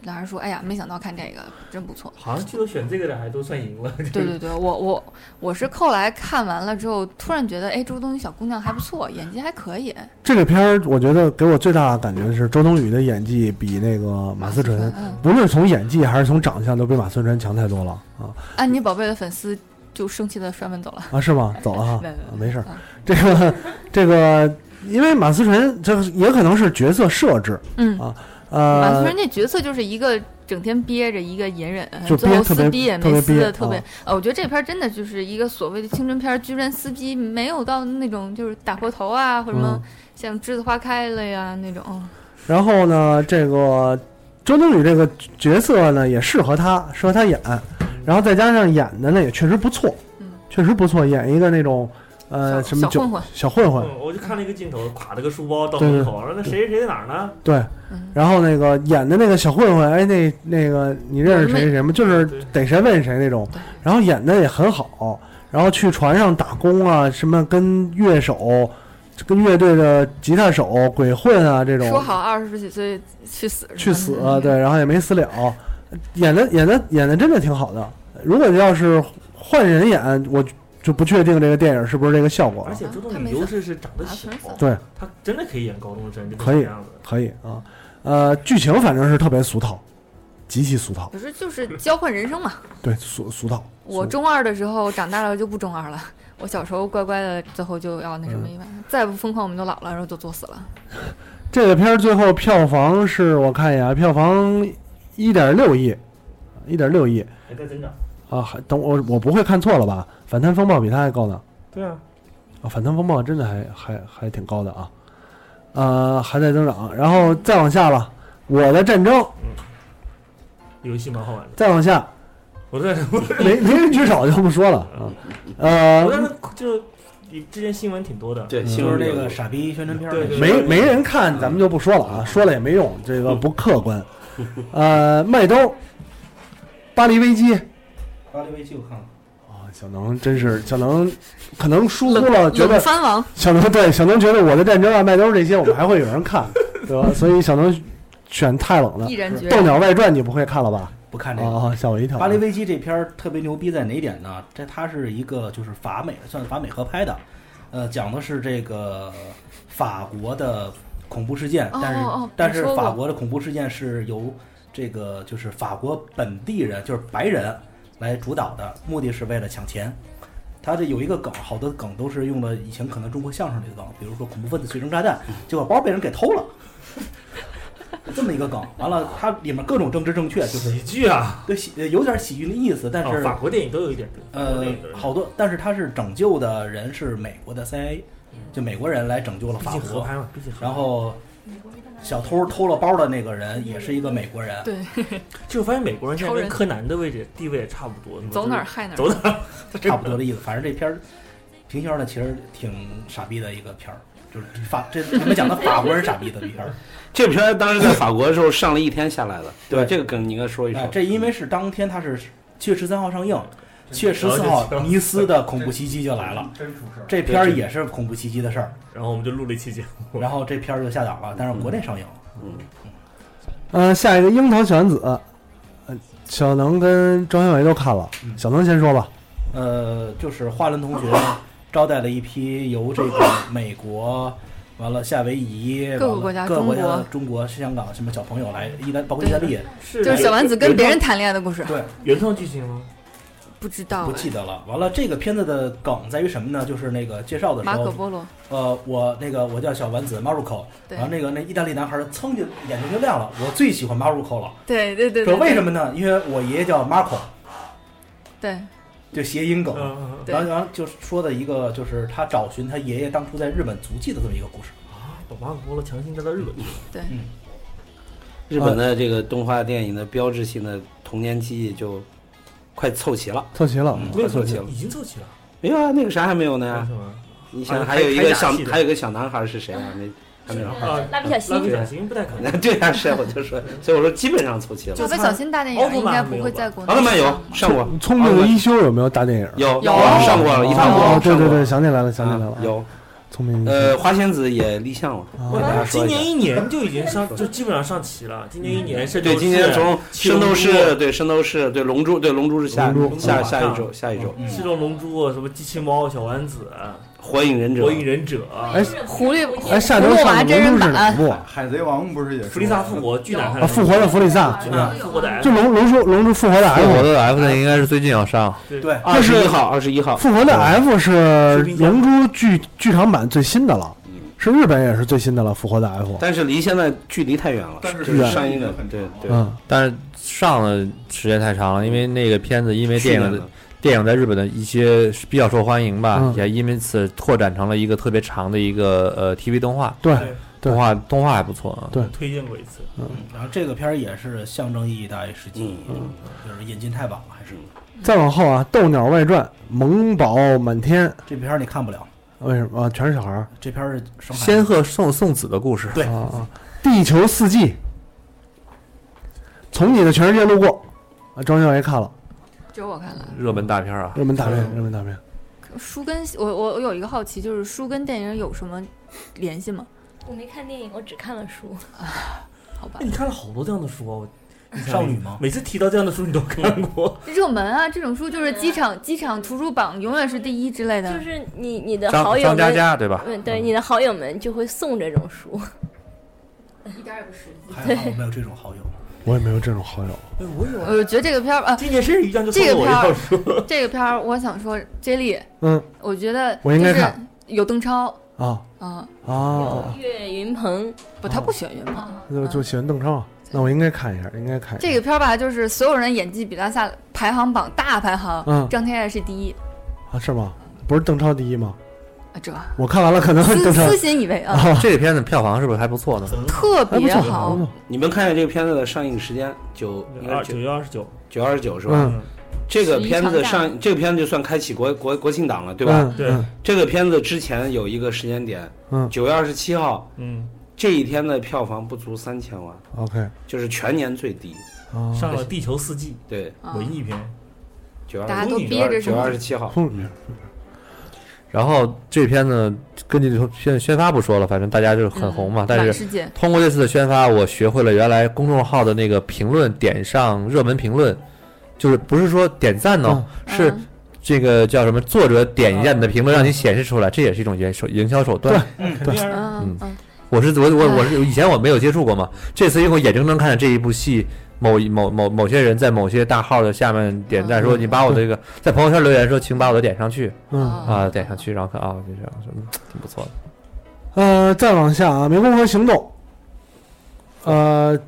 俩人说，哎呀，没想到看这个真不错。 好像剧组选这个的还都算赢了， 对对对，我我我是后来看完了之后，突然觉得，哎，周冬雨小姑娘还不错，演技还可以。这个片儿我觉得给我最大的感觉是周冬雨的演技比那个马思纯，嗯，不论从演技还是从长相，都比马思纯强太多了啊安妮宝贝的粉丝就生气的摔门走了。啊是吗？走了哈，没啊没没事儿嗯。这个这个，因为马思纯这也可能是角色设置，嗯，马思呃纯，那角色就是一个整天憋着，一个隐忍，就最后憋特别撕逼也特别没撕憋的特别啊。呃，我觉得这片儿真的就是一个所谓的青春片儿，居然撕逼没有到那种就是打破头啊，或者什么嗯像栀子花开了呀那种。然后呢，这个周冬雨这个角色呢也适合她，适合她演，然后再加上演的呢也确实不错嗯，确实不错，演一个那种。呃，小什么小酒混混小混混，嗯我就看了一个镜头，挎着个书包到对门对口，我说那谁谁谁在哪儿呢？对，嗯然后那个演的那个小混混，哎，那那个你认识谁谁吗？就是逮谁问谁那种，然后演的也很好，然后去船上打工啊，什么跟乐手、跟乐队的吉他手、鬼混啊这种，说好二十几岁去死，嗯去死，啊对，然后也没死了，演的演的演的真的挺好的。如果要是换人演，我就不确定这个电影是不是这个效果而了。啊且周冬雨优势是长得小，对，她真的可以演高中生，就可这以样子。可以啊，呃，剧情反正是特别俗套，极其俗套，不是就是交换人生嘛。对，俗俗套。我中二的时候长大了就不中二了， 我小时候乖乖的，最后就要那什么嗯一般，再不疯狂我们就老了，然后就作死了。这个片儿最后票房是我看一眼啊，票房一点六亿，一点六亿还在增长。啊！还等我我不会看错了吧？反贪风暴比它还高呢。对啊，啊，反贪风暴真的还还还挺高的啊，呃，还在增长，然后再往下了，我的战争嗯游戏蛮好玩的。再往下，我在我没没人举手就不说了啊，呃嗯我，在那就你之前新闻挺多的，嗯对新闻那个傻逼宣传片儿对对没对没人看，咱们就不说了啊，说了也没用，这个不客嗯观，呃，麦兜，巴黎危机，巴黎危机我看了，啊小能真是小能，可能疏忽了，觉得冷番王，小能对小能觉得我的战争啊、麦兜这些我们还会有人 看，对吧？所以小能选太冷了毅，然决《斗然。鸟外传》你不会看了吧？不看这个。啊，吓我一跳！巴黎危机》这片儿特别牛逼在哪一点呢？这它是一个就是法美算是法美合拍的，呃，讲的是这个法国的恐怖事件，哦但是、哦哦但是你说过法国的恐怖事件是由这个就是法国本地人就是白人来主导的，目的是为了抢钱。他这有一个梗，好多梗都是用了以前可能中国相声里的梗，比如说恐怖分子随身炸弹，嗯结果包被人给偷了， 这么一个梗。完了，它里面各种政治正确，就是喜剧啊，对，喜呃有点喜剧的意思，但哦是、法国电影都有一点这个，法国呃电影都有一点好多，但是他是拯救的人是美国的 CIA，就美国人来拯救了毕法竟合国拍，嘛，毕竟合拍然后小偷偷了包的那个人也是一个美国人，对， 就发现美国人现在超跟人柯南的位置地位也差不多，走哪就儿是害哪儿。走哪儿， 差不多的意思。反正这片儿平销的其实挺傻逼的一个片儿，就是法这你们讲的法国人傻逼的片儿。这片儿当时在法国的时候上了一天下来的，对吧？对这个梗你应该说一哎啊说，。这因嗯为是当天它是七月十三号上映，七月十四号然后就尼斯的恐怖袭击就来了，真出事儿。这片儿也是恐怖袭击的事儿，然后我们就录了一期节目，嗯然后这片儿就下档了，但是国内上映嗯了。呃，下一个《樱桃小丸子》，呃，小能跟张小伟都看了，小能先说吧。呃，就是华伦同学招待了一批由这个美国，完了夏威夷，各个完了国家各个国中国家、中国、香港什么小朋友来，意大包括意大利，是就是小丸子跟别人谈恋爱的故事，对，原创剧情吗？不知道不哎记得了。完了，这个片子的梗在于什么呢？就是那个介绍的时马可候，波罗，呃，我那个我叫小丸子 Maruko，对然后那个那意大利男孩儿噌就眼睛就亮了，我最喜欢 Maruko 了。对对对说对，为什么呢？因为我爷爷叫 Marco，对就谐音梗。嗯，对然后，然后就是说的一个，就是他找寻他爷爷当初在日本足迹的这么一个故事。把马可波啊罗强行带到日本去，嗯日本的这个动画电影的标志性的童年记忆就快凑齐了。凑齐了，没有快凑齐了已经凑齐了，没有啊，那个啥还没有为呢什？么？你想啊还有一个小还还打戏，的还有一个小男孩是谁啊？没还没有。啊，蜡笔小新蜡笔小新不太 可能。对呀、是啊，我就说，所以我说基本上凑齐了。蜡笔小新大电影应该不会在国内奥特曼有上过，聪明的一休有没有大电影？有有上过了，一发哦过。，对对对，想上起来了，想过起来了啊，，有。聪明的一呃，休。花仙子也立项了，哦啊我跟大家嗯今说一年下。一年嗯就已经上，就基本上上齐了。今年一年是对，今年从《圣斗士》啊对《圣斗士》对《龙珠》对《龙珠》是下龙珠下龙珠嗯下一周下一哦嗯周，七龙龙珠啊，什么机器猫、小丸子、啊《火影忍者火》影忍者、哎狐狸哎，下周上的龙珠是哪部啊？海贼王不是也是弗利萨复活，巨难啊看。复活的弗利萨，啊嗯，复活的 F 就龙龙珠龙珠复活的复活 F，的 F 应该是最近要上，对，二十一号，二十一号。复活的 F 是龙珠剧剧场版最新的了，嗯是日本也是最新的了，复活的 F。但是离现在距离太远了，但是就是上映的很对对，嗯，但是上的时间太长了，因为那个片子因为去电年影的电影在日本的一些比较受欢迎吧，嗯也因为此拓展成了一个特别长的一个呃 TV 动画，对，对动画动画还不错啊。对推荐过一次，嗯然后这个片儿也是象征意义大于实际意义，嗯就是引进太晚了，还是嗯再往后啊，《斗鸟外传》萌宝满天，这片儿你看不了，为什么啊？全是小孩儿。这片儿是上海仙鹤送送子的故事，对啊啊！地球四季，从你的全世界路过啊！张小爷看了，只有我看了。热门大片啊，热门大片，热门大片。书跟我我我有一个好奇，就是书跟电影有什么联系吗？我没看电影，我只看了书。好吧哎，，你看了好多这样的书啊！我少女吗？每次提到这样的书，你都看过。热门啊，这种书就是机场机场图书榜永远是第一之类 就的。是你你的好张友张嘉们，佳对吧？嗯，对，你的好友们就会送这种书。 还好我没有这种好友。我也没有这种好友。哎， 我有呃啊。我觉得这个片儿啊，今年生日一样就送这了个我一片套儿书， 这个片儿我想说，接力，嗯我觉得我应该就是看有邓超啊啊，啊！岳云鹏，不，他不喜欢岳鹏。就就喜欢邓超，那我应该看一下，应该看一下。啊这个片儿吧，就是所有人演技比他下排行榜大排行，嗯张天爱是第一啊是吗？不是邓超第一吗？啊，这我看完了，可能私邓超私心以为啊，哦这个片子票房是不是还不错呢？嗯特还不别错好还不。错你们看一下这个片子的上映时间，九应该二是九九月二十九，九二十九是吧？嗯，这个片十一长子假上这个片子就算开启国国国庆档了，对吧？嗯对嗯这个片子之前有一个时间点，嗯九月二十七号嗯，这一天的票房不足三千万， ，OK 就是全年最低。啊，上了《地球四季对，啊》文艺片，九月大家二十都憋着是九月吗二十七号，后面然后这片子根据宣宣发不说了，反正大家就很红嘛。嗯但满是世界通过这次的宣发，我学会了原来公众号的那个评论点上热门评论，就是不是说点赞哦，是嗯这个叫什么作者点一下你的评论，让你显示出来，这也是一种营手营销手段。嗯， 肯定啊嗯嗯，我是我我我嗯是以前我没有接触过嘛，这次因为我眼睁睁看着这一部戏，某某某某些人在某些大号的下面点嗯赞说你把我这个在朋友圈留言说请把我的点上去嗯哦啊点上去，然后看啊就这样，嗯挺不错的。呃，再往下啊，《湄公河行动》呃，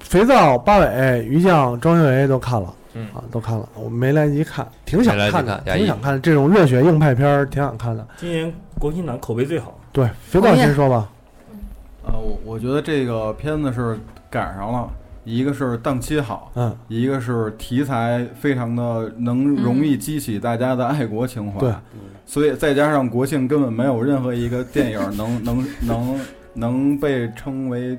肥皂、八尾、于酱、张秀维都看了。嗯啊，都看了，我没来得及看，挺想没来得及看的，看压抑挺想看的这种热血硬派片儿，挺想看的。今年国庆档口碑最好，对，肥皂红叶先说吧。啊，我我觉得这个片子是赶上了，一个是档期好，嗯，一个是题材非常的能容易激起大家的爱国情怀，对所以再加上国庆根本没有任何一个电影能能能能被称为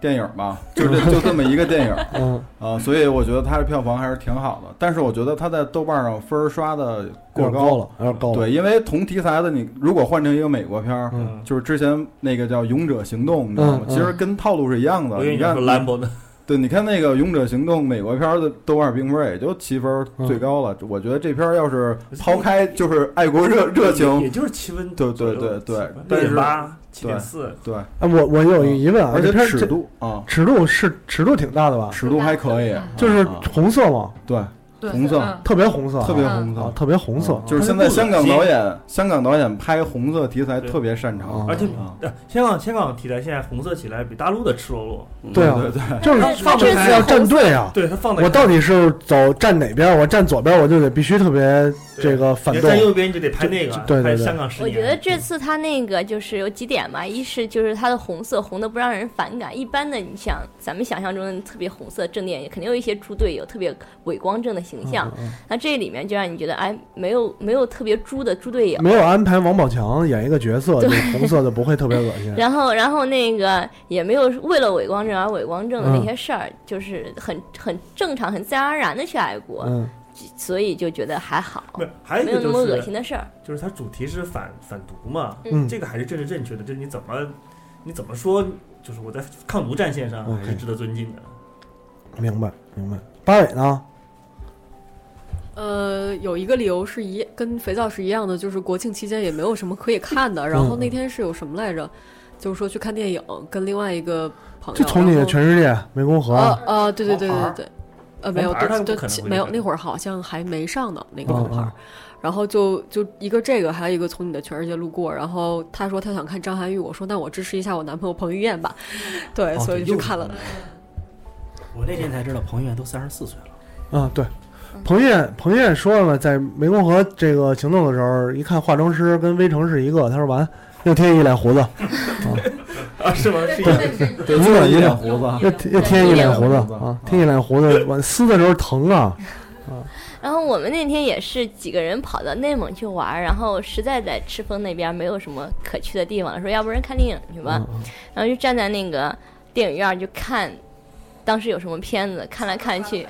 电影吧，就这就这么一个电影啊、 嗯，所以我觉得它的票房还是挺好的，但是我觉得它在豆瓣上分儿刷的过有点高高了，有点高了。对，因为同题材的你如果换成一个美国片儿，哦嗯嗯，就是之前那个叫《勇者行动》，你知道吗嗯？嗯其实跟套路是一样的。我以为你你要看说，兰博呢，对，你看那个《勇者行动》美国片儿的豆瓣评分也就七分嗯最高了。我觉得这片儿要是抛开就是爱国热热也情，就是七分，对对对对六但点是八、七点四，对，哎，我我有一疑问啊，嗯而且这片儿尺这度啊，尺度是尺度挺大的吧？尺度还可以，就是啊啊红色嘛，对，嗯对红色嗯特别红色啊，特别红啊色，，特别红色啊。就是现在香港导演，香港导演拍红色题材对特别擅长啊而且啊。呃香港香港题材现在红色起来比大陆的赤裸裸，对啊，对对， 就是哦但是它就是这次要站队啊。对他放的我到底是走站哪边？我站左边，我就得必须特别这个反你要动站。右边你就得拍那个，就对对对拍香港十我年。啊觉得这次他那个就是有几点吧，一是就是它的红色红的不让人反感，一般的你想咱们想象中的特别红色正电影，肯定有一些猪队友特别伪光正的形象，嗯那这里面就让你觉得哎没有没有特别猪的猪队友。没有安排王宝强演一个角色，就红色的不会特别恶心。然后，然后那个也没有为了伪光正而伪光正的嗯那些事儿，就是很很正常、很自然而然的去爱国，嗯所以就觉得还好，不是，还有哦没一有个那么就恶是心的事儿。就是它主题是反反毒嘛，嗯这个还是政治正确的，就是你怎么你怎么说，就是我在抗毒战线上 OK 还是值得尊敬的。明白明白。八尾呢？呃，有一个理由是一跟肥皂是一样的，就是国庆期间也没有什么可以看的。嗯然后那天是有什么来着？就是说去看电影，跟另外一个朋友。就从你的然后全世界湄公哦河啊呃呃，对对对黄牌对对，儿呃，没有，黄牌儿他们对不可能会对，没有，看那会儿好像还没上呢，那个嗯黄牌儿。然后就就一个这个，还有一个从你的全世界路过。然后他说他想看张涵予，我说那我支持一下我男朋友彭于晏吧， 哦对，所以就去看了。嗯我那天才知道彭于晏都三十四岁了，啊，对。彭晏，彭晏说了嘛，在湄公河这个行动的时候，一看化妆师跟微城是一个，他说完又贴一脸胡子， 啊，是吗？是一个一个一一脸个胡子，又贴又贴一脸胡子啊，贴一脸胡子，完撕的时候疼啊，然后我们那天也是几个人跑到内蒙去玩儿，然后实在在赤峰那边没有什么可去的地方，说要不然看电影去吧。嗯嗯然后就站在那个电影院儿就看，当时有什么片子，看来看去，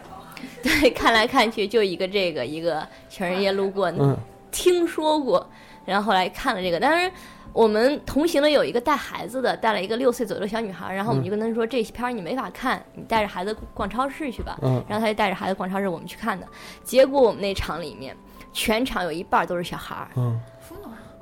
对，看来看去就一个这个一个全世界路过，嗯听说过，然后后来看了这个，但是。我们同行的有一个带孩子的，带了一个六岁左右的小女孩，然嗯后我们就跟她说：“这片儿你没法看，你带着孩子逛超市去吧。”嗯然后她就带着孩子逛超市，我们去看的。结果我们那场里面，全场有一半都是小孩儿，嗯，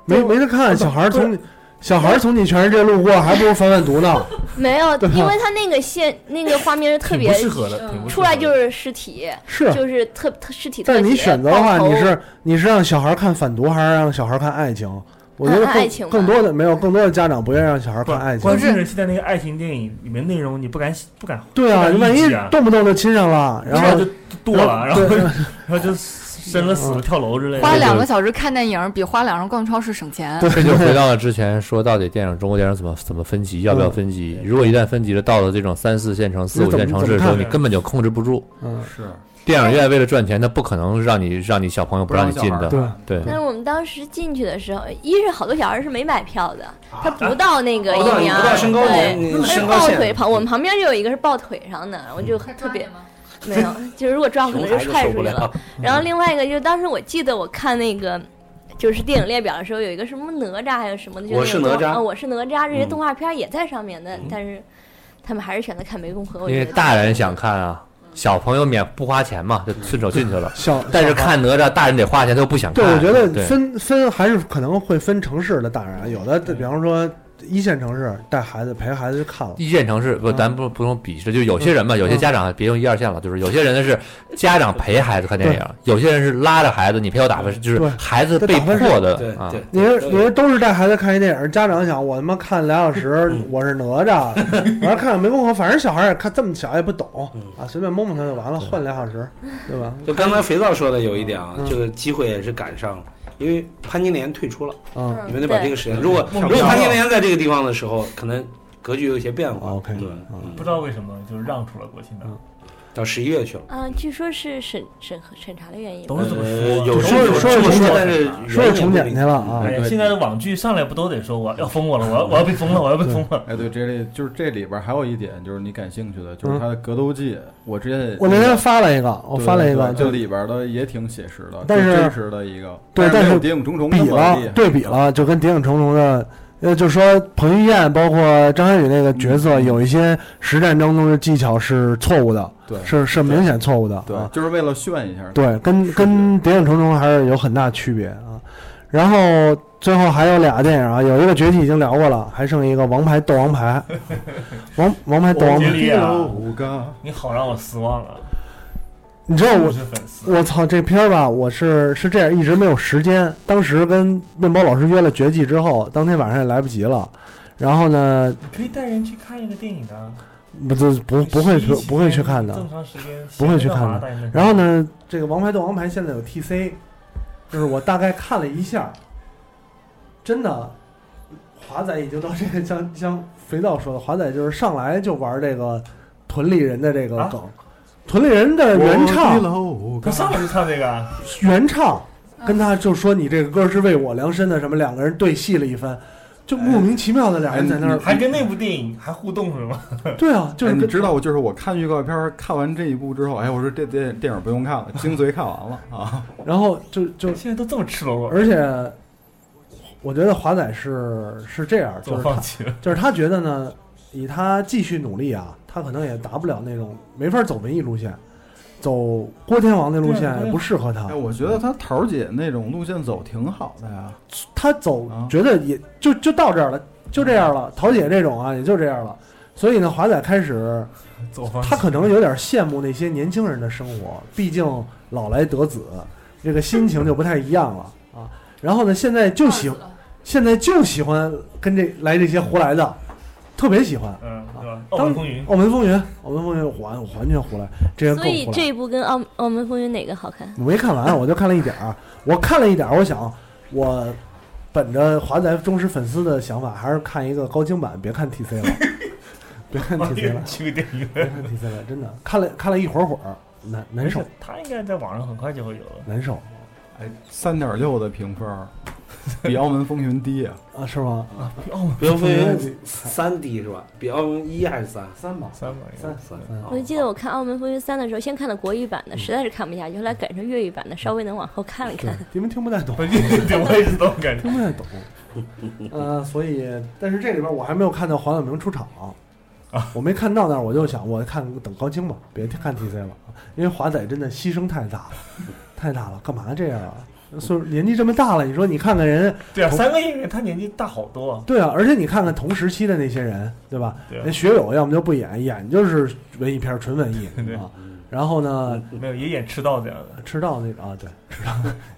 没没得看，小孩儿从你小孩儿从你全世界路过，还不如反反毒 呢。没有，对啊因为他那个线那个画面是特别挺不适合的挺不适合的出来就是尸体，是就是特特尸体特写。但你选择的话，爆头你是你是让小孩看反毒，还是让小孩看爱情？我觉得啊看爱情更吧更多的没有，更多的家长不愿意让小孩看爱情关。键是现在那个爱情电影里面内容，你不敢不敢对啊，不你敢万一一起啊动不动就亲上了，然后就剁了，然后对嗯然后就生了死了跳楼之类的。花两个小时看电影比花两个逛超市省嗯钱。这 就回到了之前说，到底电影中国电影怎么怎么分级，要不要分级？如果一旦分级了，到了这种三四线城、四五线城市的时候，你怎么你根本就控制不住。嗯，是电影院为了赚钱，他不可能让你让你小朋友不让你不进让小孩的看。对但是我们当时进去的时候，一是好多小孩是没买票的，他不到那个啊一不到米二，不到身高对你你他是身高抱线腿旁，我们旁边就有一个是抱腿上的，我就特别。没有，就是如果抓可能就踹出去了。然嗯后另外一个就是，当时我记得我看那个就是 电影列表的时候，有一个什么哪吒还有什么的，就那我是种哪动吒嗯啊我是哪吒这些动画片也在上面的，但是他们还是选择看湄公河。我因觉为得大人想看啊，小朋友免不花钱嘛，就顺手进去了。小但是看哪吒，大人得花钱，他又不想看。对，我觉对得分分还是可能会分城市的大人，啊有的比方说一线城市带孩子陪孩子去看了，一线城市嗯不，咱不不用鄙视，就有些人吧，有些家长别用一二线了，就是有些人是家长陪孩子看电影，有些人是拉着孩子，你陪我打分，就是孩子被迫的啊。你是你是都是带孩子看一电影，家长想我他妈看俩小时，嗯我是哪 吒，我要看看湄公河，反正小孩也看这么小也不懂嗯啊，随便蒙蒙他就完了，换俩小时，对吧？就刚才肥皂说的有一点啊嗯，这个机会也是赶上了，因为潘金莲退出了，嗯你们得把这个时间，对如果嗯如果潘金莲在这个地方的时候，可能格局有一些变化。 OK，嗯对，嗯不知道为什么就是让出了国庆档，到十一月去了。嗯，据说是审审核审查的原因吧。嗯都是这么呃说，有是时候有说这么是说说的，但是啊说是重点去了啊哎呀，对现在的网剧上来不都得说我要封我了，我要我要被 封了，我要被封了。哎，对，这里就是这里边还有一点，就是你感兴趣的，就是它的格斗技。我之前也嗯我那天发了一个我发了一个对对对就里边的也挺写实的，但是就啊真实的一个，对，但但没有是谍影重重》比那么厉了害对比了，就跟谍影重重的，呃，就说彭于晏包括张涵予那个角嗯色，有一些实战当中的技巧是错误的，对是是明显错误的，对啊，就是为了炫一下。对，跟跟《谍影重重》还是有很大区别啊。然后最后还有俩电影啊，有一个《崛起》已经聊过了，还剩一个《王牌斗 王牌》王，王牌斗王杰牌。里啊，个， 你好让我失望啊！你知道真我不是粉丝，我操这片儿吧，我是是这样，一直没有时间。当时跟面包老师约了《绝技》之后，当天晚上也来不及了。然后呢，可以带人去看一个电影的，啊不是不不会去11不会去看的，正常时间不会去看干嘛的带人去。然后呢，这个《王牌斗王牌》现在有 TC，就是我大概看了一下，真的，华仔已经到这个像像肥皂说的，华仔就是上来就玩这个屯里人的这个梗，屯里人的原唱他上来就唱这个啊，原唱跟他就说你这个歌是为我量身的，什么两个人对戏了一番，就莫名其妙的俩人在那儿，还跟那部电影还互动是吗？对啊，就是哎你跟知道，我就是我看预告片儿，看完这一部之后，哎，我说这电电影不用看了，精髓看完了啊。 然后就就现在都这么赤裸裸，而且我觉得华仔是是这样，就怎么是他放弃了？就是他觉得呢，以他继续努力啊，他可能也达不了那种没法走文艺路线，走郭天王那路对啊线对啊也不适合他哎，。我觉得他桃儿姐那种路线走挺好的呀。他走啊觉得也就就到这儿了，就这样了。桃姐这种啊，也就这样了。所以呢，华仔开始怎么放弃他可能有点羡慕那些年轻人的生活，毕竟老来得子，这个心情就不太一样了啊。然后呢，现在就喜现在就喜欢跟这来这些胡来的，特别喜欢。啊嗯，对吧？当澳门风云，澳门风云，澳门风云完完全胡来，这个够所以胡这来。一部跟《澳澳门风云》哪个好嗯看？我没看完，我就看了一点儿。我看了一点儿，我想我本着华仔忠实粉丝的想法，还是看一个高清版，别看 TC 了，别看 TC 了， 去个电影别院，看 TC 了，真的看了看了一会儿会儿，难难受，他应该在网上很快就会有了。 难受。哎，三点六的评分儿， 比澳门风云低啊？啊，是吗？啊，比澳门比方说三 D 是吧？比澳门一还是三？三吧，三吧，三三。哦我就记得我看《澳门风云三》的时候，先看的国语版的，实在是看不下去，后来改成粤语版的，稍微能往后看了看。你们听不太懂，我也是这种感觉，听不太懂。 呃，所以，但是这里边我还没有看到黄晓明出场啊，我没看到那儿，我就想，我看等高清吧，别看 TC 了，因为华仔真的牺牲太大了，太大了，干嘛这样啊？岁数年纪这么大了，你说你看看人，对啊，同三个演员他年纪大好多啊。对啊，而且你看看同时期的那些人，对吧？对啊那学友要么就不演，演就是文艺片儿，纯文 艺啊。然后呢，没有也演赤道这样的，迟到那个啊，对， 迟到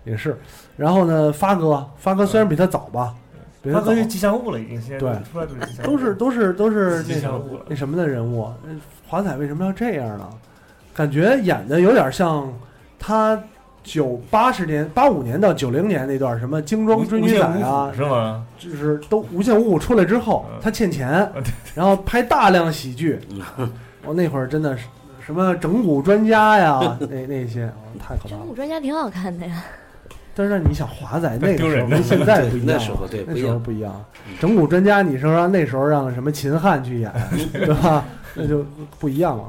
也是。然后呢，发哥，发哥虽然比他早吧，比他早都是吉祥物了，已经现在对出来就是吉祥物，都是都是都是吉那祥种物了。那什么的人物。嗯华仔为什么要这样呢？感觉演的有点像他九八十年八五年到九零年那段什么精装无追无女仔限五啊虎，是吗？就是都《无限五虎》出来之后，嗯他欠啊钱， 然后拍大量喜剧。嗯 我那会儿真的是什么整蛊专家 呀，那那些、哦太可怕了。武专家挺好看的呀，但是你想华仔那个丢时人候的跟现在不一样了，那时候对那不一时候样不一样。整蛊专家，你说让那时候让什么秦汉去 演，对吧？那就不一样了。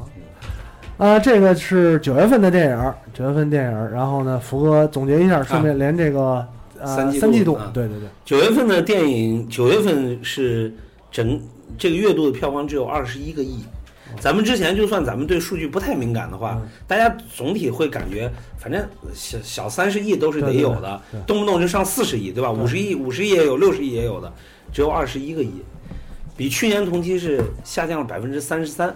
啊，这个是九月份的电影儿，九月份电影儿。然后呢，福哥总结一下，顺便连这个呃啊三季度季度啊，对对对，九月份的电影，九月份是整这个月度的票房只有二十一个亿。哦咱们之前就算咱们对数据不太敏感的话，嗯大家总体会感觉，反正小小三十亿都是得有的，对对对动不动就上四十亿，对吧？对五十亿、五十亿也有，六十亿也有的，只有二十一个亿，比去年同期是下降了百分之三十三。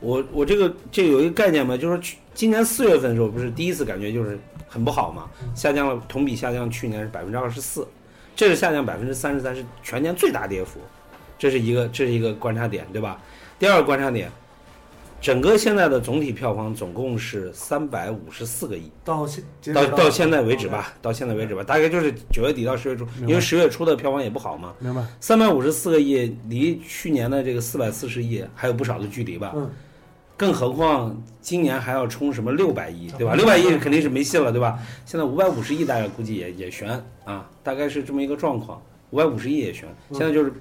我我这个这有一个概念嘛，就是去今年四月份的时候，不是第一次感觉就是很不好嘛，下降了同比下降，去年是百分之二十四，这是下降百分之三十三，是全年最大跌幅，这是一个这是一个观察点，对吧？第二个观察点，整个现在的总体票房总共是三百五十四个亿，到现截止到到现在为止吧，到现在为止吧，大概就是九月底到十月初，明白因为十月初的票房也不好嘛，明白？三百五十四个亿离去年的这个四百四十亿还有不少的距离吧，嗯，更何况今年还要冲什么六百亿，对吧？六百亿肯定是没戏了，对吧？现在五百五十亿大概估计也也悬啊，大概是这么一个状况，五百五十亿也悬。现在就是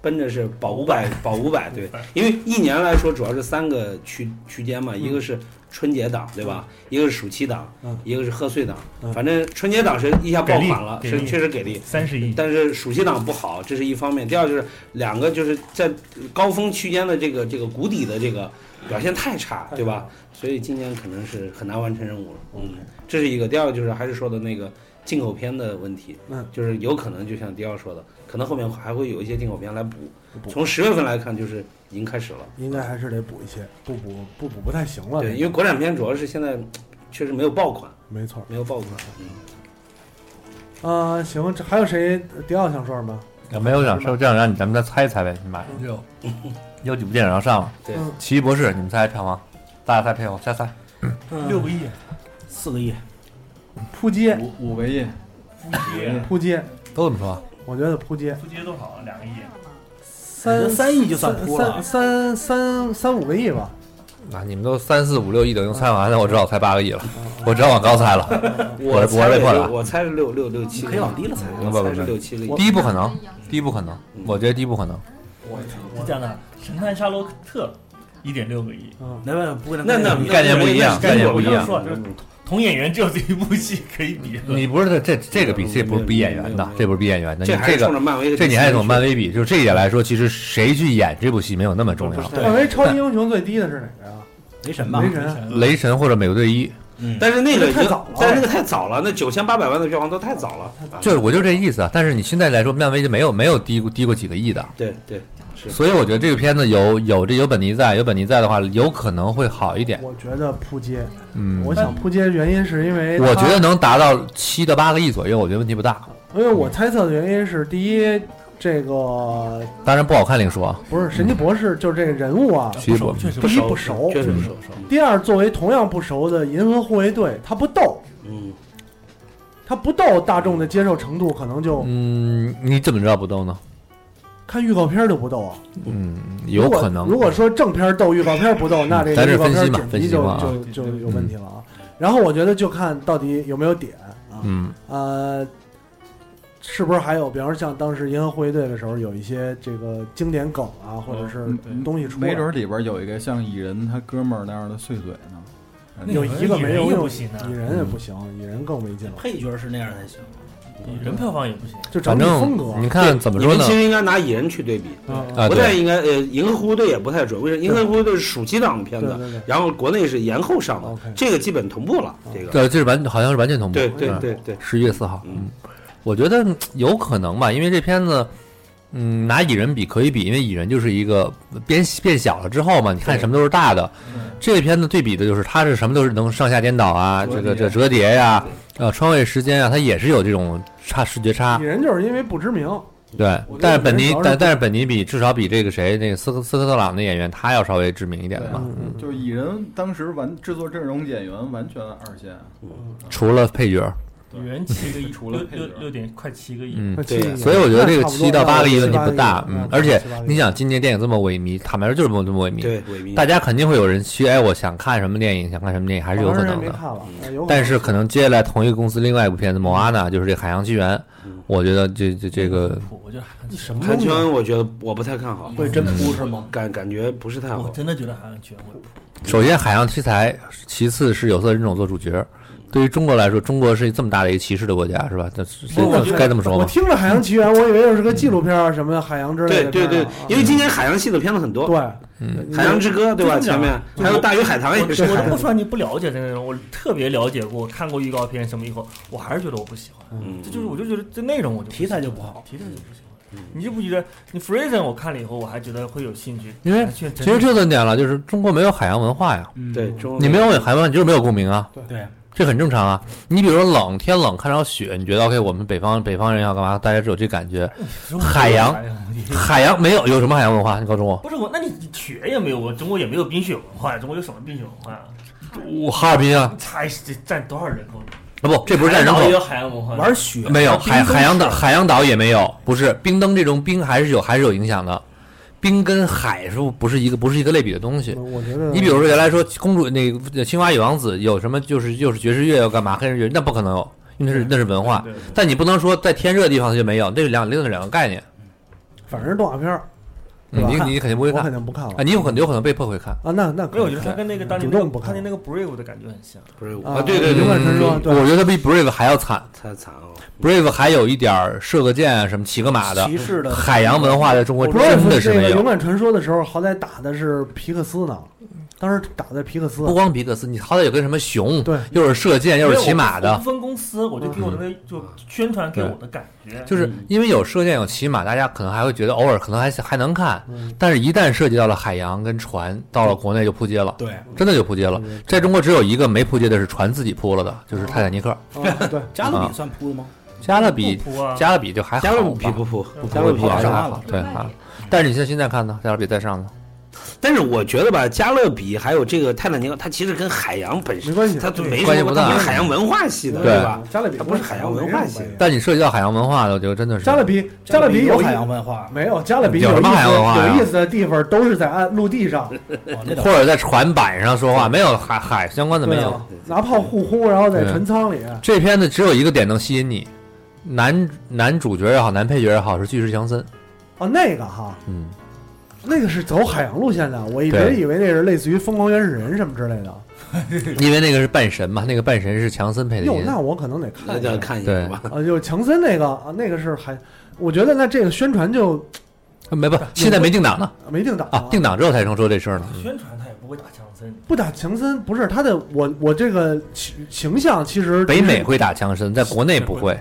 奔着是保五百，保五百，对，因为一年来说主要是三个区区间嘛，一个是春节档，对吧？一个是暑期档嗯，一个是贺岁档嗯，反正春节档是一下爆给力满了，给是力确实给力。三十亿，但是暑期档不好，这是一方面。第二就是两个就是在高峰区间的这个这个谷底的这个表现太差，对吧？嗯所以今年可能是很难完成任务了。嗯，这是一个。第二个就是还是说的那个进口片的问题，嗯，就是有可能就像迪奥说的，可能后面还会有一些进口片来补。补从十月份来看，就是已经开始了。应该还是得补一些，不补不补不太行了。对，因为国产片主要是现在确实没有爆款，没错。没有爆款。嗯，啊，行，这还有谁？迪奥想说什么？也啊没有想说这样让你咱们再猜一猜呗，你马上就有几部电影要上了，对《奇异博士》，你们猜票房？大家猜票房，瞎猜。六个亿，嗯四个亿，扑街，五五个亿，扑街，都这么说。我觉得扑街扑街多少？啊两个亿。三三亿就算扑了啊三三三三五个亿吧。啊，你们都三四五六亿都已经猜完了，我只好猜八个亿了，我只好往高猜了，我是我猜是被迫是的嗯六。我猜是六六六嗯七，可以往低了猜不我不猜是六七个亿不，。第一不可能，第一不可能，嗯我觉得第一不可能。我我讲的《神探夏洛克特》一点六个亿，嗯那不不跟那那概念不一样概念不一样我刚说就是同演员只有这一部戏可以比了。你不是这这个比这不是比演员的，这不是比演员的，这你还这是冲着个漫威的这你精还神得从去漫威比，就是这一点来说，其实谁去演这部戏没有那么重要。漫威超级英雄最低的是哪个呀？雷神吧，雷神。雷神或者美国队一，但是那个已太经早了但是那个太早了，那九千八百万的票房都太早了。啊就是我就这意思啊。但是你现在来说，漫威就没有没有低过低过几个亿的，对对是，所以我觉得这个片子有有这有本尼在，有本尼在的话，有可能会好一点。我觉得扑街，嗯，我想扑街的原因是因为我它觉得，能达到七到八个亿左右，我觉得问题不大。因为我猜测的原因是，第一，这个当然不好看另说啊。不是神奇博士，就是这个人物啊，奇异博确实第一不熟，确实不熟。第二，作为同样不熟的银河护卫队，他不逗，嗯，他不逗，大众的接受程度可能就嗯嗯，你怎么知道不动呢？看预告片就不逗啊？嗯，有可能。如果说正片逗，预告片 不逗，那这个咱这预告分析片嘛剪分辑析就嘛啊就就有问题了啊。然后我觉得就看到底有没有点啊，嗯呃，是不是还有，比方说像当时银河护卫队的时候，有一些这个经典梗啊，或者是东西出哦来，嗯没准儿里边有一个像蚁人他哥们儿那样的碎嘴呢。哎有一个没有用，蚁人也嗯不行，啊蚁人更没劲了。配角是那样才行，蚁人票房也不行，嗯就找反你正风格。你看怎么你说们呢其？实应该拿蚁人去对比，啊不对太应该。呃，银河护卫队也不太准，为什么？银河护卫队是暑期档的片对对对子，然后国内是延后上的，这个基本同步了。这个对，呃这是完，好像是完全同步。对对嗯对对十一月四号，嗯，我觉得嗯有可能吧，因为这片子，嗯，拿蚁人比可以比，因为蚁人就是一个变变小了之后嘛，你看什么都是大的。嗯这片子对比的就是它是什么都是能上下颠倒啊，这个这折叠呀、呃，穿越时间啊，它也是有这种差视觉差蚁。人就是因为不知名，对我觉得，但是本蚁人尼主要，是但不但是本尼比至少比这个谁，那个斯科斯科特朗的演员，他要稍微知名一点的嘛。嗯就蚁人当时完制作阵容演员完全二线，嗯除了配角，蚁人七个亿，除了配角六六六点快七个亿，嗯，七个亿所以我觉得这个那差不多七到八个亿问题那不大差，不多嗯七八个亿，而且七八个亿你想今年电影这么萎靡，坦白说就是这么这么萎对靡，萎靡大家肯定会有人去，哎，我想看什么电影，想看什么电影还是有好可长时能间没的。看嗯了，哎有可能但是可能接下来同一个公司另外一部片子《莫阿娜》就是这《海洋奇缘》，嗯我觉得这这这个我觉得还什么韩东西啊乔恩，我觉得我不太看好，嗯会真扑是吗？感感觉不是太我好。真的觉得韩全会扑。首先海洋题材，其次是有色人种做主角。对于中国来说，中国是这么大的一个歧视的国家，是吧？这是不是我觉得该这么说我吗？听着《海洋奇缘》，我以为又是个纪录片啊，什么海洋之类对的对片对啊。，因为今年海洋系的片子很多，对，嗯《海洋之歌》对吧？真的前面还有《大鱼海棠》我也是。哎我都不说你不了解这内容，我特别了解过，看过预告片什么以后，我还是觉得我不喜欢。嗯这就是我就觉得这内容我就题材就不好，好，题材就不喜欢。你就不觉得你 Freezen 我看了以后，我还觉得会有兴趣？啊因为还去其实就这么点了，就是中国没有海洋文化呀。对，中你没有海洋文化，你就是没有共鸣啊。对，这很正常啊。你比如说冷，天冷看着雪，你觉得 OK，我们北方北方人要干嘛？大家只有这感觉。海洋，海洋没有有什么海洋文化？你告诉我，不是我，那你雪也没有，我中国也没有冰雪文化，中国有什么冰雪文化啊？我哈尔滨啊，才占多少人口？啊不，这不是占人海南岛口也，有海洋文化，玩雪没有海冰冻海洋岛是海洋岛也没有，不是冰灯这种冰还是有还是有影响的。冰跟海是不不是一个不是一个类比的东西？我觉得你比如说原来说公主那个呃青蛙与王子有什么就是就是爵士乐要干嘛黑人乐那不可能有，因为那是那是文化对对对。但你不能说在天热的地方它就没有，这是两另是两个概念。反正是动画片儿，嗯对吧你你肯定不会我看肯定不看了啊，你有可能有可能被迫会看。啊，那那没有，我觉得它跟那个当主年那动个不看当年那个 Brave 的感觉很像。不是啊啊，对对对永远对，传说，对我觉得比 Brave 还要惨太惨了。 ，Brave 还有一点儿射个箭啊什么骑个马的骑士的海洋文化在中国真 Brave 的是这个没勇有。敢传说的时候，好歹打的是皮克斯呢，当时打的皮克斯不，光皮克斯，你好歹有个什么熊，对又是射箭，又是骑马没有我的不，分公司，我就给我嗯的那就宣传给我的感觉，就是因为有射箭有骑马，大家可能还会觉得偶尔可能还还能看，但是一旦涉及到了海洋跟船，到了国内就扑街了，对，真的就扑街了。在中国只有一个没扑街的是船自己扑了的，就是泰坦尼克。哦啊 对， 加勒比算 扑了吗？加勒比不扑啊，加勒比就还好吧，加勒比不扑，不加勒比往还上好。还好，对啊。但是你像现在看呢，加勒比在上呢，但是我觉得吧，加勒比还有这个泰坦尼克，它其实跟海洋本身没关系它没关系什么不大它不是海洋文化系的，对吧？加勒比它不是海洋文化系的。但你涉及到海洋文化的，我觉得真的是加勒比，加勒比有意海洋文化，没有？加勒比有有什意么海洋文化思呀有意思的地方都是在岸陆地上，啊哦，那倒 或者在船板上说话，没有海海相关的没对有啊。，拿炮互轰，然后在对船舱里，这片子只有一个点能吸引你，男男主角也好，男配角也好，是巨石强森。哦，那个哈，嗯，那个是走海洋路线的，我一直对以为那是类似于《疯狂原始人》什么之类的。因为那个是半神嘛，那个半神是强森配的 哟，音。那我可能得看那一就下要。看一眼吧。啊，就强森那个啊，那个是海，我觉得那这个宣传就呃没不，现在没定档呢没定档啊，定档之后才能说这事儿呢。宣传他也不会打强森，不打强森不是他的，我我这个形形象其实北美会打强森，在国内不会，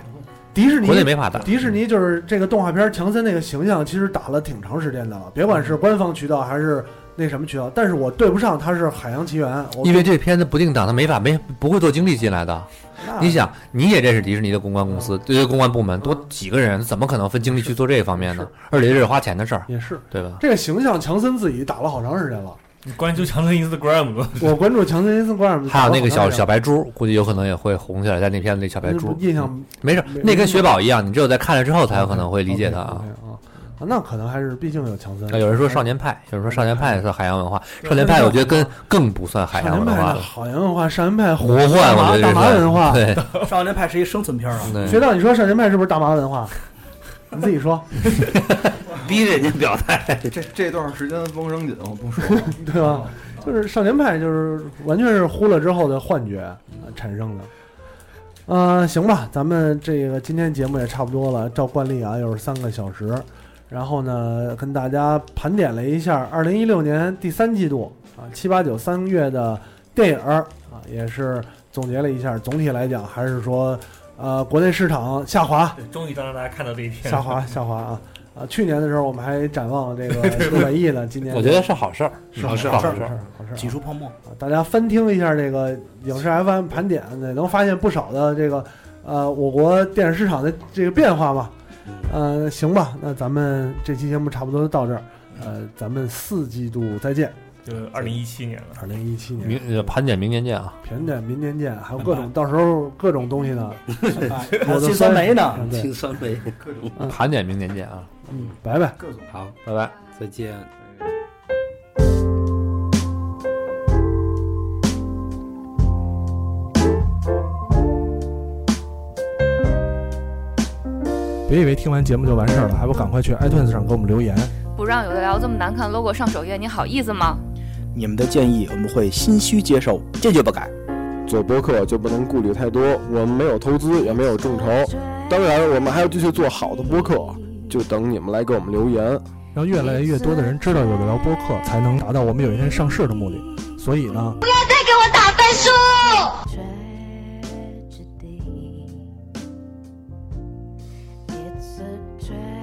迪士尼国内没法打。迪士尼就是这个动画片强森那个形象，其实打了挺长时间的了，别管嗯是官方渠道还是那什么渠道，但是我对不上他是《海洋奇缘》，我因为这片子不定档，他没法没不会做经济进来的。那你想，你也认识迪士尼的公关公司，这些公关部门多几个人，怎么可能分精力去做这方面呢？而且这是花钱的事儿，也是对吧？这个形象，强森自己打了好长时间了。你关注强森 Instagram 吧。我关注强森·斯关尔，还有那个小小白白猪，估计有可能也会红起来，在那片子里小白猪。印象没事，没那跟雪宝一样，你只有在看了之后才有可能会理解他它啊。啊。啊那可能还是毕竟有强森。哎啊有人说少年派，有人说少年派算海洋文化，少年派我觉得跟更不算海少洋年文派化的了。好洋文化，少年派魔幻大麻我觉得大麻是文化。对，少年派是一生存片儿啊，对学长，你说少年派是不是大麻文化？你自己说， 逼人家表态，这这段时间风声紧，我不说 了。对吧？就是少年派，就是完全是呼了之后的幻觉、呃产生的。呃，行吧，咱们这个今天节目也差不多了，照惯例啊，又是三个小时。然后呢，跟大家盘点了一下二零一六年第三季度啊，七八九三月的电影儿啊，也是总结了一下。总体来讲，还是说，呃，国内市场下滑，对终于当让大家看到这一天了下滑下滑啊！啊，去年的时候我们还展望这个六百亿呢，今年我觉得是好事儿，是好事事儿儿，好好事事儿儿好事儿啊挤出泡沫。啊大家翻听一下这个影视 FM 盘点，也能发现不少的这个呃我国电影市场的这个变化吧。嗯呃，行吧，那咱们这期节目差不多就到这儿，呃，咱们四季度再见，就是二零一七年了，二零一七年。明呃盘点明年见啊！盘点明年见，还有各种到时候各种东西呢，嗯 还有我的啊青酸梅呢嗯对青，酸梅，嗯盘点明年见啊！嗯，拜拜。各种好，拜拜。再见。别以为听完节目就完事儿了，还不赶快去 iTunes 上给我们留言。不让有的聊这么难看 logo 上首页，你好意思吗？你们的建议我们会心虚接受，坚决不改。做播客就不能顾虑太多，我们没有投资，也没有众筹，当然我们还要继续做好的播客，就等你们来给我们留言。让越来越多的人知道有的聊播客，才能达到我们有一天上市的目的。所以呢，不要再给我打分数。 It's a tragedy.